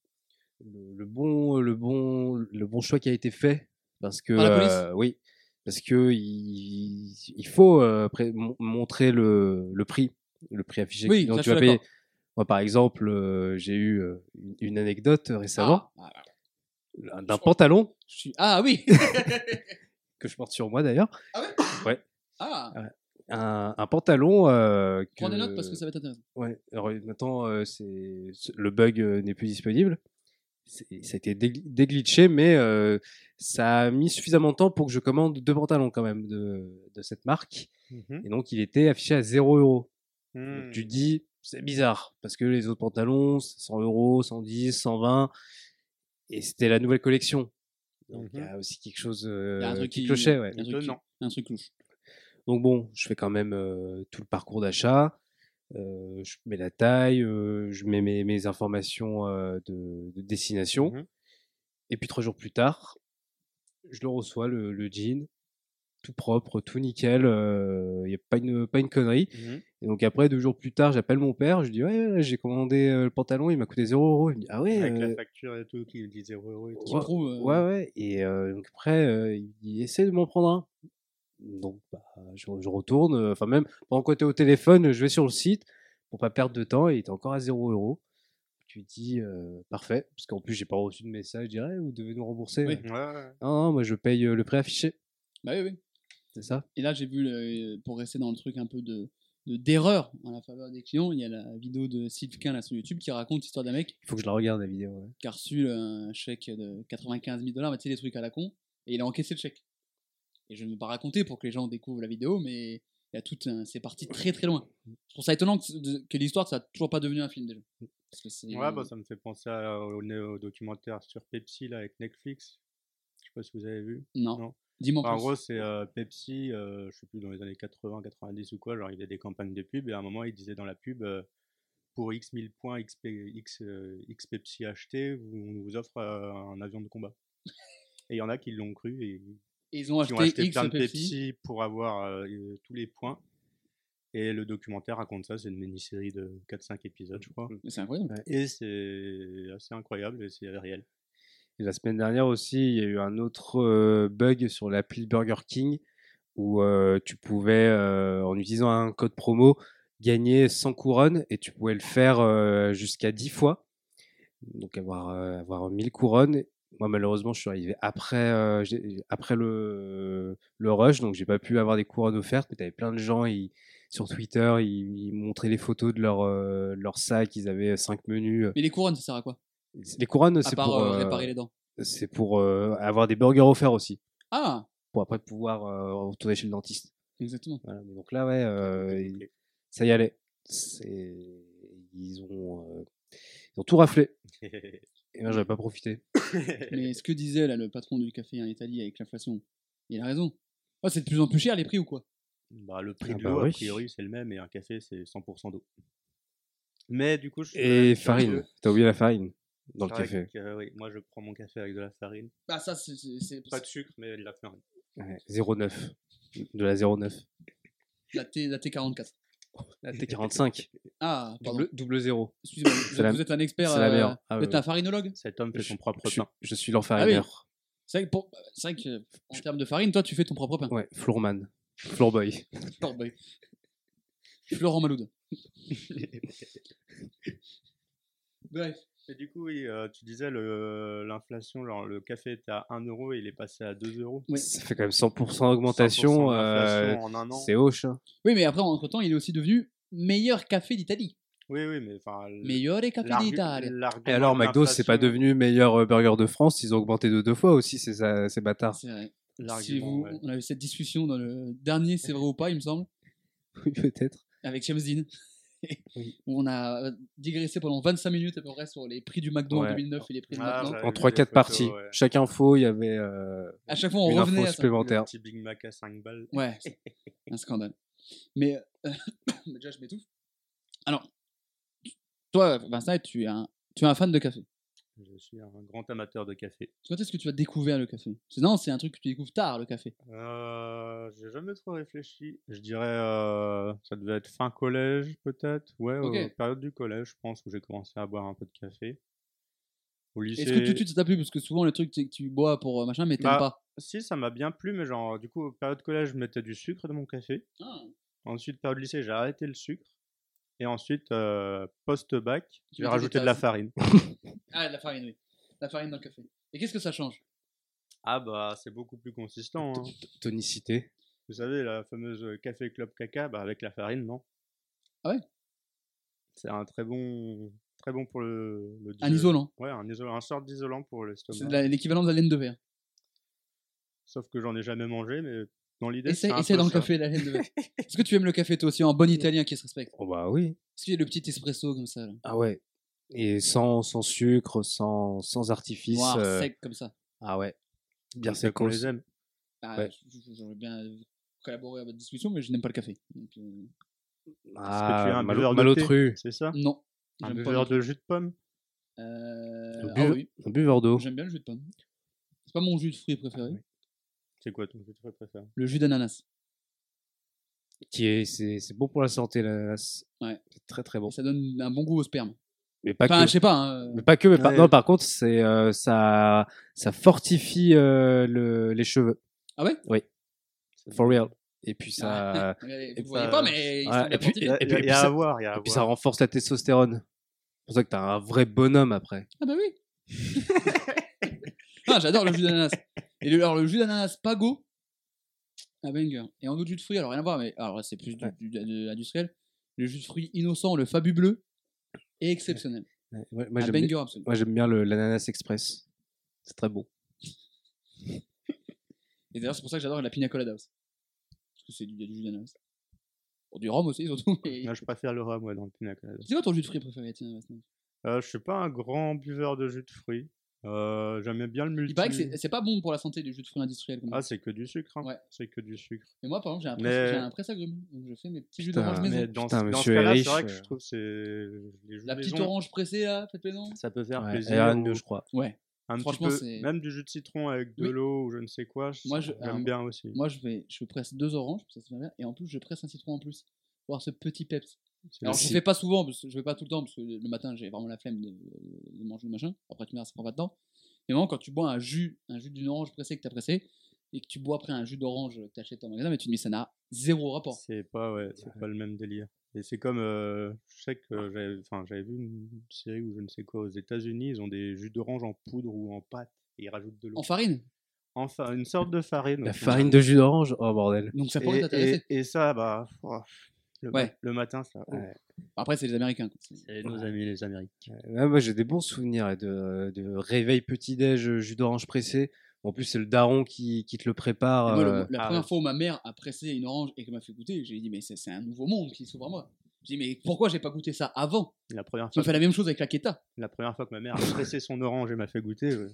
S3: le- le bon le bon le bon choix qui a été fait parce que
S4: Par la police
S3: euh, oui parce que il, il faut euh, pré- mon- montrer le, le prix le prix affiché
S4: Oui,
S3: dont
S4: ça,
S3: tu
S4: je
S3: vas
S4: suis
S3: payer.
S4: d'accord.
S3: Moi par exemple euh, j'ai eu euh, une- une anecdote récemment
S4: Ah, ah,
S3: d'un pantalon
S4: je suis- ah oui
S3: que je porte sur moi d'ailleurs
S4: Ah
S3: un, un pantalon euh, que...
S4: Prends des notes parce que ça va être intéressant.
S3: Ouais, alors euh, maintenant, euh, c'est ce- le bug euh, n'est plus disponible. C'est- Ça a été dégl- déglitché, mais euh, ça a mis suffisamment de temps pour que je commande deux pantalons quand même de, de cette marque.
S5: Mhm.
S3: Et donc, il était affiché à 0 euros. Donc,
S5: Hmm.
S4: Mmh.
S3: Tu te dis, c'est bizarre, parce que les autres pantalons, c'est 100 euros, 110, 120, et c'était la nouvelle collection. Donc, il y a aussi quelque chose
S4: Mmh Il y a un
S3: euh,
S4: truc
S3: qui
S4: qui-
S3: clochait. Ouais.
S4: il y a un truc qui-
S5: Étonnant.
S4: un truc louche.
S3: Donc bon, je fais quand même euh, tout le parcours d'achat. euh, je mets la taille, euh, je mets mes, mes informations euh, de, de destination.
S5: Mhm.
S3: Et puis trois jours plus tard, je le reçois, le, le jean, tout propre, tout nickel. Il n'y a pas une, pas une connerie.
S5: Mhm.
S3: Et donc après, deux jours plus tard, j'appelle mon père. Je lui dis, ouais, ouais, j'ai commandé euh, le pantalon, il m'a coûté 0 euros. Il me dit, ah ouais,
S5: Avec
S3: euh,
S5: la facture et tout, qui dit 0 euros et tout.
S4: Qui
S3: Ouais,
S4: prouve, euh,
S3: Ouais, ouais. Et euh, donc après, euh, il dit, essaie de m'en prendre un. Donc, bah, je, je retourne. euh, Enfin, même pendant que t'es au téléphone, je vais sur le site pour pas perdre de temps. Et il était encore à 0 euros. Tu dis, euh, parfait. Parce qu'en plus, j'ai pas reçu de message. Je dirais, vous devez nous rembourser. hein.
S4: Oui.
S5: Ouais, ouais.
S3: Non, non, moi, je paye euh, le prix affiché.
S4: Bah oui, oui.
S3: C'est ça
S4: Et là, j'ai vu, le- pour rester dans le truc un peu de de- d'erreur en la faveur des clients, il y a la vidéo de Sylvain là sur YouTube qui raconte l'histoire d'un mec
S3: Il faut que je la regarde, la vidéo. hein. ouais.
S4: qui a reçu euh, un chèque de 95 000 dollars, mais tu sais, des trucs à la con, et il a encaissé le chèque. Et je ne veux pas raconter pour que les gens découvrent la vidéo, mais il y a tout un... c'est parti très très loin. Je trouve ça étonnant que, de- que l'histoire, ça n'a toujours pas devenu un film déjà. Parce que c'est-
S5: Ouais, bah, ça me fait penser à- euh, au, au documentaire sur Pepsi là, avec Netflix. Je sais pas si vous avez vu.
S4: Non.
S5: non.
S4: Dis-moi
S5: Enfin, en
S4: plus.
S5: gros, c'est euh, Pepsi, euh, je sais plus, dans les années 80, 90 ou quoi, genre il faisait des campagnes de pub et à un moment il disait dans la pub euh, pour X 1000 points, X, Pe- X, euh, X Pepsi acheté, vous- on vous offre euh, un avion de combat. Et il y en a qui l'ont cru et
S4: Et ils ont acheté,
S5: qui ont acheté
S4: X
S5: plein de
S4: Pepsi.
S5: Pepsi pour avoir euh, euh, tous les points. Et le documentaire raconte ça, c'est une mini-série de 4-5 épisodes, je crois.
S4: Mais C'est incroyable.
S5: Et c'est assez incroyable et c'est réel.
S3: Et la semaine dernière aussi, il y a eu un autre euh, bug sur l'appli Burger King où euh, tu pouvais, euh, en utilisant un code promo, gagner 100 couronnes et tu pouvais le faire euh, jusqu'à 10 fois. Donc avoir, euh, avoir 1000 couronnes. Moi, malheureusement, je suis arrivé après, euh, j'ai- après le, le rush, donc j'ai pas pu avoir des couronnes offertes. Mais t'avais plein de gens ils- sur Twitter, ils, ils montraient les photos de leur, euh, leur sac, ils avaient 5 menus.
S4: Mais les couronnes, ça sert à quoi
S3: Les couronnes,
S4: À
S3: c'est
S4: part
S3: pour
S4: euh,
S3: euh,
S4: réparer les dents.
S3: c'est pour euh, avoir des burgers offerts aussi,
S4: Ah
S3: pour après pouvoir euh, retourner chez le dentiste.
S4: Exactement.
S3: Voilà, mais donc là, ouais, euh, il- ça y allait. C'est- Ils ont, euh, ils ont tout raflé.
S5: euh,
S3: Et moi, j'avais pas profité.
S4: Mais ce que disait là, le patron du café en Italie avec l'inflation, il a raison. Oh, c'est de plus en plus cher les prix ou quoi
S5: Bah, le prix
S3: Ah
S5: de
S3: bah
S5: l'eau,
S3: oui.
S5: a priori, c'est le même, et un café, c'est 100% d'eau. Mais du coup, je suis
S3: Et
S5: quand même
S3: farine.
S5: curieux.
S3: T'as oublié la farine dans le
S5: C'est vrai
S3: café.
S5: que, euh, oui, moi, je prends mon café avec de la farine.
S4: Bah ça, c'est- c'est c'est-
S5: Pas de sucre, mais de la farine.
S3: Ouais, 0,9. De la 0,9.
S4: la T- la T44.
S3: La T45.
S4: Ah, pardon.
S3: double, double zéro.
S4: Excusez-moi, vous,
S3: C'est la-
S4: vous êtes un expert.
S3: c'est la
S4: euh,
S3: meilleure. Ah,
S4: vous êtes
S3: oui.
S4: un farinologue
S5: Cet homme fait son propre
S3: je,
S5: pain.
S3: je suis leur farineur.
S4: C'est vrai que, pour- c'est vrai que, euh, en termes de farine, toi, tu fais ton propre pain.
S3: Ouais, Flourman. Flourboy.
S4: Florent Boy. Florent Maloud. Bref.
S5: Et du coup, oui, euh, tu disais le- l'inflation, genre le café était à 1 euro, il est passé à 2 euros.
S4: Oui.
S3: Ça fait quand même 100% d'augmentation.
S5: 100%
S3: euh,
S5: d'inflation en un an.
S3: C'est hoche. hein.
S4: Oui, mais après, entre-temps, il est aussi devenu meilleur café d'Italie.
S5: Oui, oui, mais enfin. l-
S4: Meilleure capitale
S5: l'argu-
S4: d'Italie.
S5: l'argument
S3: Et alors,
S5: de
S3: McDo, c'est pas
S5: l'inflation-
S3: devenu meilleur euh, burger de France. Ils ont augmenté de deux fois aussi, ces, euh, ces bâtards.
S4: Ah, C'est vrai. Si
S5: l'argument,
S4: vous,
S5: ouais.
S4: on a eu cette discussion dans le dernier C'est vrai ou pas, il me semble,
S3: Oui, peut-être.
S4: avec James Dean. Où on a euh, digressé pendant 25 minutes à peu près sur les prix du McDo en
S3: Ouais.
S4: 2009 et les prix de
S5: Ah,
S4: maintenant.
S5: j'avais
S3: En
S5: vu
S3: trois,
S5: des
S3: quatre
S5: photos,
S3: parties.
S5: ouais.
S3: Chaque info, il y avait euh,
S4: À chaque fois, on
S3: une
S4: revenait
S3: info
S4: à ça.
S3: supplémentaire.
S5: Le petit Big Mac à 5 balles.
S4: Ouais, c'est un scandale. Mais euh, déjà, je m'étouffe. Alors, toi, Vincent, tu es un, tu es un fan de café.
S5: Je suis un grand amateur de café.
S4: Quand est-ce que tu as découvert le café C'est- Non, c'est un truc que tu découvres tard, le café.
S5: Euh, J'ai jamais trop réfléchi. Je dirais, euh, ça devait être fin collège peut-être. Ouais,
S4: Ok.
S5: euh, période du collège, je pense, où j'ai commencé à boire un peu de café. Au lycée.
S4: Est-ce que tout de suite ça t'a plu Parce que souvent, le truc, c'est que tu bois pour euh, machin, mais t'aimes
S5: Bah,
S4: pas.
S5: Si, ça m'a bien plu, mais genre, du coup, période collège, je mettais du sucre dans mon café.
S4: Ah,
S5: Ensuite, période lycée, j'ai arrêté le sucre. Et ensuite, euh, post-bac,
S4: Tu
S5: j'ai
S4: mettais
S5: rajouté
S4: des
S5: de la
S4: tasses.
S5: farine.
S4: Ah, de la farine, oui. La farine dans le café. Et qu'est-ce que ça change
S5: Ah bah, c'est beaucoup plus consistant. hein.
S3: t- tonicité.
S5: Vous savez, la fameuse euh, café club caca, bah, avec la farine, non
S4: Ah ouais
S5: C'est un très bon, très bon pour le, le
S4: Un
S5: digestif.
S4: isolant.
S5: Ouais, un, isolant, un sort d'isolant pour
S4: C'est
S5: l'estomac.
S4: de la- l'équivalent de la laine de verre.
S5: Sauf que j'en ai jamais mangé, mais dans l'idée, c'est
S4: Essaye,
S5: un
S4: essaye
S5: peu
S4: dans le
S5: ça.
S4: café la laine de verre. Est-ce que tu aimes le café toi aussi en bon italien qui se respecte
S3: Oh, bah oui.
S4: Est-ce qu'il y a le petit espresso comme ça là
S3: Ah ouais. Et sans, sans sucre, sans, sans artifice.
S4: Noir,
S3: euh,
S4: sec comme ça.
S3: Ah ouais. Bien
S5: C'est
S3: secos.
S5: qu'on les aime.
S4: Ah,
S3: ouais.
S4: je- je- J'aurais bien euh, collaboré à votre discussion, mais je n'aime pas le café. Donc, euh,
S3: Ah,
S5: tu es un
S3: malo-
S5: buveur de thé
S3: malotru.
S5: C'est ça
S4: non.
S5: Un
S4: j'aime pas
S5: buveur
S4: le-
S5: de jus de pomme
S4: Euh,
S3: Le
S4: ah
S3: bu-
S4: oui,
S3: Un buveur d'eau. Ah
S4: j'aime bien le jus de pomme. C'est pas mon jus de fruits préféré.
S5: C'est quoi ton jus de fruits préféré
S4: Le jus d'ananas.
S3: Qui est, c'est, c'est bon pour la santé, l'ananas.
S4: Ouais.
S3: C'est très très bon.
S4: Et Ça donne un bon goût au sperme.
S3: Mais pas
S4: enfin,
S3: que.
S4: je sais pas. hein,
S3: Mais pas que. Mais par,
S5: Ouais.
S3: non, par contre, c'est, euh, ça, ça fortifie euh, le- les cheveux.
S4: Ah ouais
S3: Oui. For real. Et puis ça.
S4: Regardez,
S3: Et
S4: vous voyez
S3: ça-
S4: pas, mais. il
S3: Ouais,
S4: semble
S3: et puis-
S4: apporter-
S5: Il y a-
S3: et
S5: il y a-
S3: puis
S5: il y a
S3: ça-
S5: à voir, il y a à
S3: Et puis ça
S5: voir.
S3: renforce la testostérone. C'est pour ça que t'as un vrai bonhomme après.
S4: Ah bah oui Ah, j'adore le jus d'ananas. Et le- alors, le jus d'ananas Pago, un banger. Et en autre jus de fruits, alors rien à voir, mais alors là, c'est plus du,
S3: Ouais.
S4: du- de l'industriel. Le jus de fruits innocent, le Fabu bleu, est exceptionnel.
S3: Ouais, Moi, moi,
S5: Ah,
S4: un
S3: j'aime,
S4: banger
S3: bien,
S4: absolu.
S3: moi, j'aime bien le- l'ananas express. C'est très bon.
S4: Et d'ailleurs, c'est pour ça que j'adore la pina colada aussi. Parce que c'est du, il y a du jus d'ananas. Bon, du rhum aussi, surtout. mais-
S5: Moi, je préfère le rhum, moi, dans le pina colada.
S4: C'est quoi ton jus de fruits préféré tiens, Vincent
S5: Euh, je suis pas un grand buveur de jus de fruits. Euh, J'aimais bien le multi.
S4: Il paraît que c'est- c'est pas bon pour la santé, les jus de fruits industriels. Comme ça.
S5: Ah, c'est que du sucre. hein.
S4: Ouais.
S5: C'est que du sucre.
S4: Et moi, par exemple, j'ai un,
S5: Mais-
S4: presse, j'ai un presse agrume. Donc, je fais mes petits jus
S3: Putain,
S4: d'orange maison.
S5: Ah, Mais dans,
S3: Putain,
S5: ce- dans ce
S3: monsieur est
S5: cas-là,
S3: riche,
S5: c'est vrai que
S3: euh.
S5: je trouve que c'est les jus
S4: La petite
S5: maison,
S4: orange pressée, là, faites plaisant.
S5: ça peut faire
S3: Ouais, euh,
S5: plaisir.
S3: Ariane,
S5: ou
S3: je crois.
S5: un petit
S4: Franchement,
S5: peu-
S4: c'est-
S5: même du jus de citron avec de
S4: Oui.
S5: l'eau ou je ne sais quoi.
S4: Moi,
S5: Moi,
S4: je-
S5: j'aime
S4: alors,
S5: bien aussi.
S4: Moi, je, vais, je presse deux oranges, ça se fait bien. Et en plus, je presse un citron en plus. Pour avoir ce petit peps.
S5: C'est
S4: Alors,
S5: le
S4: je
S5: ci-
S4: fais pas souvent, parce que je fais pas tout le temps, parce que le matin, j'ai vraiment la flemme de, de manger le machin. Après, tu me diras, ça prend pas de temps. Mais vraiment, quand tu bois un jus, un jus d'une orange pressée que t'as pressé, et que tu bois après un jus d'orange que t'achètes en magasin, mais tu te dis, ça n'a zéro rapport.
S5: C'est pas, ouais, c'est pas le même délire. Et c'est comme, euh, je sais que j'avais enfin, j'avais vu une série ou je ne sais quoi aux États-Unis, ils ont des jus d'orange en poudre ou en pâte et ils rajoutent de l'eau.
S4: En farine.
S5: Enfin, une sorte de farine.
S3: La
S5: au final.
S3: farine de jus d'orange Oh bordel.
S4: Donc, ça
S5: Et-
S4: pourrait t'intéresser.
S5: et, et ça, bah, oh, le,
S4: Ouais.
S5: le matin, ça. oh,
S3: Ouais.
S4: Après, c'est les Américains. quoi. C'est-
S5: C'est nos amis les Américains.
S3: Ouais, moi j'ai des bons souvenirs et de, de réveil petit-déj jus d'orange pressé. En plus c'est le daron qui, qui te le
S4: Et
S3: prépare.
S4: moi, le-
S3: euh,
S4: la
S5: ah,
S4: première
S5: ouais.
S4: fois où ma mère a pressé une orange et qu'elle m'a fait goûter, j'ai dit, mais c'est c'est un nouveau monde qui s'ouvre à moi. J'ai dit, mais pourquoi j'ai pas goûté ça avant
S5: La première,
S4: Tu
S5: fois,
S4: me fais la même chose avec la Keta.
S5: la première fois que ma mère a pressé son orange et m'a fait goûter, euh,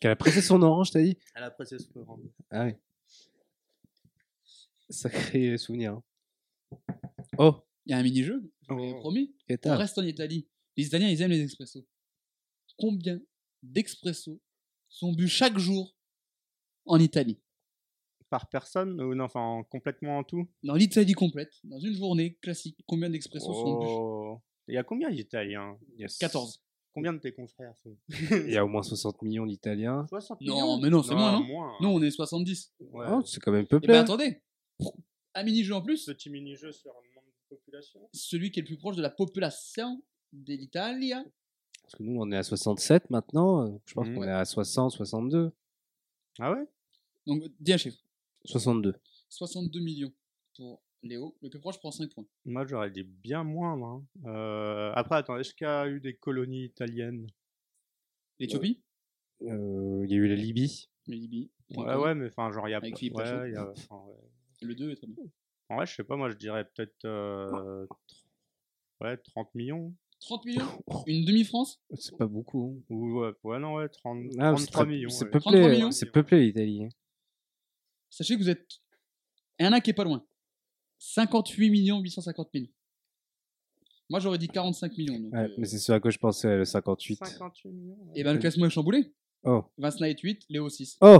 S3: Qu'elle a pressé son orange, t'as dit
S5: elle a pressé son orange.
S3: Ah ouais. Sacré souvenir. hein. Oh,
S4: Il y a un mini-jeu, je vous l'ai
S5: Oh.
S4: promis.
S3: et
S4: On
S3: t'as-
S4: reste en Italie. Les Italiens, ils aiment les expressos. Combien d'expressos sont bu chaque jour en Italie
S5: Par personne ou non, enfin complètement en tout.
S4: Dans l'Italie complète, dans une journée classique, combien d'expressos sont bu
S5: Oh. Il y a combien d'Italiens
S3: Yes.
S4: 14.
S5: Combien de tes confrères sont
S3: Il y a au moins 60 millions d'Italiens.
S5: 60
S4: Non,
S5: millions
S4: mais non, c'est moins, non
S5: moins.
S4: Nous, on est 70.
S5: Ouais.
S3: Oh, c'est quand même
S4: Et
S3: peuplé.
S4: ben
S3: hein.
S4: attendez Un mini-jeu en plus
S5: Petit mini-jeu sur le nombre de population.
S4: celui qui est le plus proche de la population de l'Italie.
S3: Parce que nous on est à 67 maintenant. euh, Je pense
S5: Mhm.
S3: qu'on
S4: Mmh.
S3: est à 60, 62.
S5: Ah ouais
S4: Donc, dis un chiffre.
S3: 62.
S4: 62 millions. pour Léo. Le plus proche prend 5 points.
S5: Moi, j'aurais dit bien moindre. hein. Euh, après, attends, est-ce qu'il y a eu des colonies italiennes
S4: L'Éthiopie
S3: Euh, Il y a eu la Libye.
S4: La Libye. point
S5: Ouais,
S4: commun.
S5: ouais, mais enfin, genre, il y a.
S4: Avec
S5: pas-
S4: Philippe
S5: ouais,
S4: Lachaud.
S5: il y a- enfin, ouais.
S4: Le 2 est très bien.
S5: En vrai, je sais pas, moi, je dirais peut-être. euh, Ouais, 30 millions.
S4: 30 millions Une demi-France
S3: C'est pas beaucoup. hein.
S5: Ou, ouais, ouais, non, ouais, 30,
S3: Ah, c'est
S5: 33
S3: très-
S5: millions.
S3: C'est
S5: ouais.
S3: peuplé,
S4: millions
S3: c'est peuplé l'Italie. hein.
S4: Sachez que vous êtes. Il y en a qui est pas loin. 58 millions 850 000. Moi, j'aurais dit 45 millions. donc,
S3: Ouais,
S4: euh,
S3: mais c'est ce à quoi je pensais, le 58.
S5: 58 millions. ouais.
S4: Et ben, le classement est chamboulé.
S3: Oh,
S4: Vincent est 8, Léo 6.
S3: oh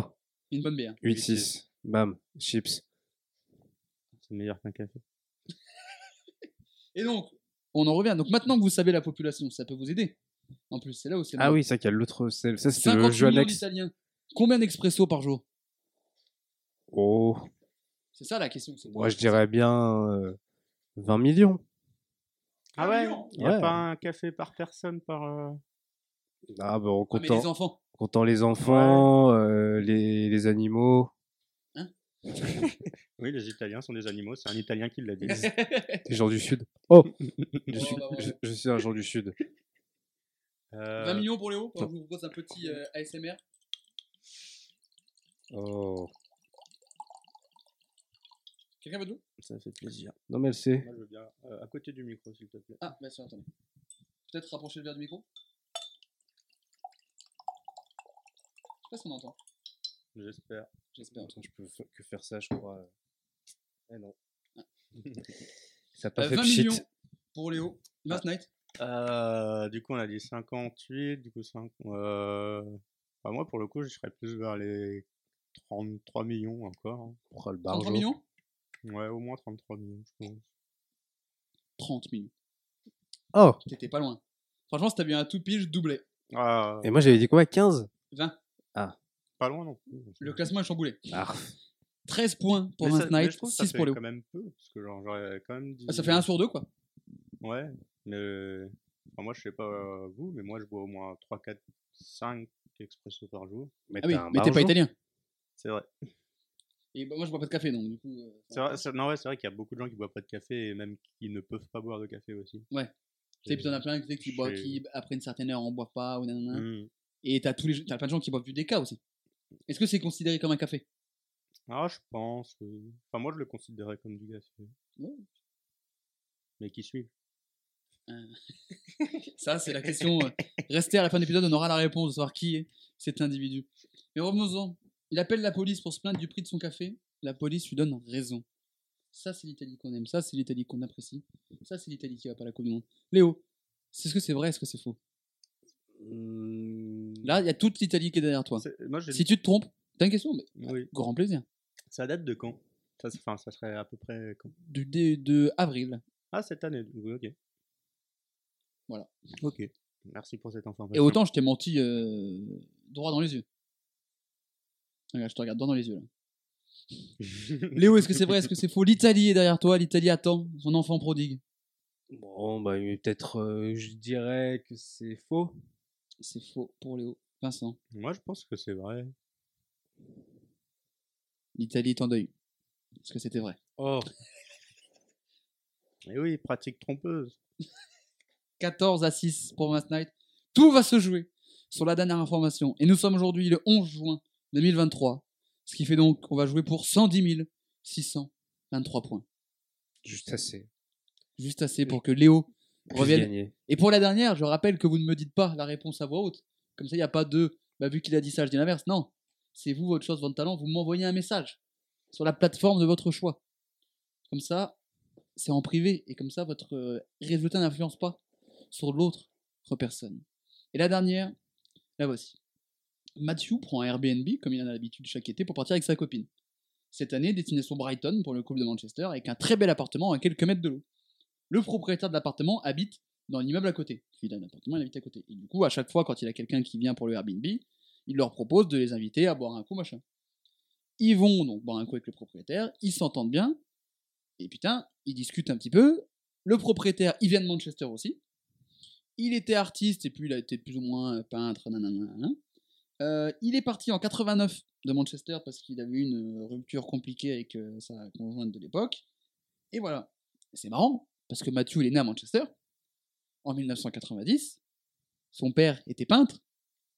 S4: Une bonne hein. bière.
S3: 8-6. Bam, chips.
S5: C'est meilleur qu'un café.
S4: Et donc, on en revient. Donc, maintenant que vous savez la population, ça peut vous aider. En plus, c'est là où c'est
S3: Ah
S4: marrant.
S3: oui, ça qu'il y a l'autre. c'est- Ça, c'était
S4: 50
S3: le jeu
S4: millions
S3: annexe.
S4: d'Italiens. Combien d'expresso par jour
S3: Oh,
S4: C'est ça la question. c'est-
S3: moi je dirais bien euh, 20 millions.
S5: Ah ouais Il n'y a
S3: Ouais.
S5: pas un café par personne par. euh,
S3: Ah bah en
S4: Ah, mais
S3: comptant,
S4: les enfants.
S3: comptant les enfants, euh, les, les animaux.
S5: Oui, les Italiens sont des animaux, c'est un Italien qui l'a dit.
S3: Les gens du Sud. Oh je,
S4: Bon,
S3: suis,
S4: bah, bon.
S3: je, je suis un gens du Sud.
S5: Euh,
S4: 20 millions pour Léo. Je vous propose un petit euh, ASMR.
S3: Oh.
S4: Quelqu'un veut de l'eau
S5: Ça fait plaisir.
S3: Non mais elle sait.
S5: Moi, je veux bien. euh, à côté du micro, s'il te plaît.
S4: Ah, bien sûr, attendez. Peut-être rapprocher le verre du micro Je sais pas si on entend.
S5: J'espère.
S4: J'espère.
S3: Attends, je peux fa- que faire ça, je crois. Eh non. ça a pas
S4: Euh,
S3: fait
S4: 20
S3: pchit. Ah,
S4: millions pour Léo. Last night.
S5: Euh, du coup, on a dit 58, du coup, 5. Euh... enfin, moi, pour le coup, je serais plus vers les 33 millions encore. hein.
S3: Oh, le
S4: 33
S3: barjo.
S4: millions
S5: Ouais, au moins 33 millions, je pense.
S4: 30 millions.
S3: Oh
S4: T'étais pas loin. Franchement, si t'avais eu un tout pile, je doublais.
S5: Ah,
S3: Et moi j'avais dit quoi 15
S4: 20.
S5: pas loin non plus.
S4: Le classement est chamboulé.
S3: Ah,
S4: 13 points pour
S5: Mais ça-
S4: Last
S5: mais
S4: Night,
S5: je trouve que ça
S4: 6 pour
S5: fait
S4: Léo.
S5: quand même peu, parce que genre, j'aurais quand même dit.
S4: Ah, ça fait 1 sur 2, quoi.
S5: Ouais, mais. enfin, moi, je sais pas euh, vous, mais moi, je bois au moins 3, 4, 5 expresso par jour.
S3: mais
S4: Ah oui,
S3: t'as un
S4: mais t'es pas
S3: barjo.
S4: italien.
S5: C'est vrai.
S4: Et bah, moi, je bois pas de café, donc du coup. euh,
S5: C'est vrai, c'est- non, ouais, c'est vrai qu'il y a beaucoup de gens qui boivent pas de café et même qui ne peuvent pas boire de café aussi.
S4: Ouais. Tu sais, puis t'en as plein tu sais, qui, boivent,
S5: J'ai-
S4: qui, après une certaine heure, en boivent pas, ou nanana.
S5: Mm.
S4: Et t'as tous les, t'as plein de gens qui boivent du déca aussi. Est-ce que c'est considéré comme un café
S5: Ah, je pense, oui. Enfin, moi, je le considérais comme du café.
S4: Ouais.
S5: Mais qui suis
S4: Ça, c'est la question. euh, Restez à la fin de l'épisode, on aura la réponse de savoir qui est cet individu. Mais revenons-en. Il appelle la police pour se plaindre du prix de son café. La police lui donne raison. Ça, c'est l'Italie qu'on aime. Ça, c'est l'Italie qu'on apprécie. Ça, c'est l'Italie qui va pas à la Coupe du Monde. Léo, c'est ce que c'est vrai, est-ce que c'est faux
S3: Hmm.
S4: Là, il y a toute l'Italie qui est derrière toi.
S5: C'est- Moi, j'ai...
S4: Si tu te trompes, t'as une question mais
S5: Oui.
S4: Grand plaisir.
S5: Ça date de quand ça, c'est- Enfin, ça serait à peu près quand
S4: Du dé- de avril.
S5: Ah, cette année. Oui, ok.
S4: Voilà.
S5: Ok. Merci pour cette information.
S4: Et autant je t'ai menti euh, droit dans les yeux. Regarde, je te regarde droit dans les yeux là. Léo, est-ce que c'est vrai Est-ce que c'est faux L'Italie est derrière toi, l'Italie attend son enfant prodigue.
S3: Bon, bah, mais peut-être, euh, je dirais que c'est faux.
S4: C'est faux pour Léo. Vincent,
S5: Moi, je pense que c'est vrai.
S4: l'Italie est en deuil. Est-ce que c'était vrai
S3: Oh,
S5: Et Eh oui, pratique trompeuse.
S4: 14 à 6 pour Mass Night. Tout va se jouer sur la dernière information. Et nous sommes aujourd'hui le 11 juin 2023. Ce qui fait donc qu'on va jouer pour 110 623 points.
S3: juste assez.
S4: Juste assez pour que Léo
S3: Juste
S4: revienne.
S3: gagné.
S4: Et pour la dernière, je rappelle que vous ne me dites pas la réponse à voix haute. Comme ça, il n'y a pas de bah, vu qu'il a dit ça, je dis l'inverse. Non, c'est vous, votre chose, votre talent. Vous m'envoyez un message sur la plateforme de votre choix. Comme ça, c'est en privé. Et comme ça, votre euh, résultat n'influence pas sur l'autre personne. Et la dernière, la voici. Mathieu prend un Airbnb, comme il en a l'habitude chaque été, pour partir avec sa copine. Cette année, destination Brighton pour le couple de Manchester, avec un très bel appartement à quelques mètres de l'eau. Le propriétaire de l'appartement habite dans l'immeuble à côté. Il a un appartement, il habite à côté. Et du coup, à chaque fois, quand il a quelqu'un qui vient pour le Airbnb, il leur propose de les inviter à boire un coup, machin. Ils vont donc boire un coup avec le propriétaire, ils s'entendent bien, et putain, ils discutent un petit peu. Le propriétaire, il vient de Manchester aussi. Il était artiste, et puis il a été plus ou moins peintre, nanana. nanana. Euh, il est parti en 89 de Manchester parce qu'il avait eu une rupture compliquée avec euh, sa conjointe de l'époque. Et voilà. C'est marrant, parce que Matthew, il est né à Manchester, en 1990. Son père était peintre,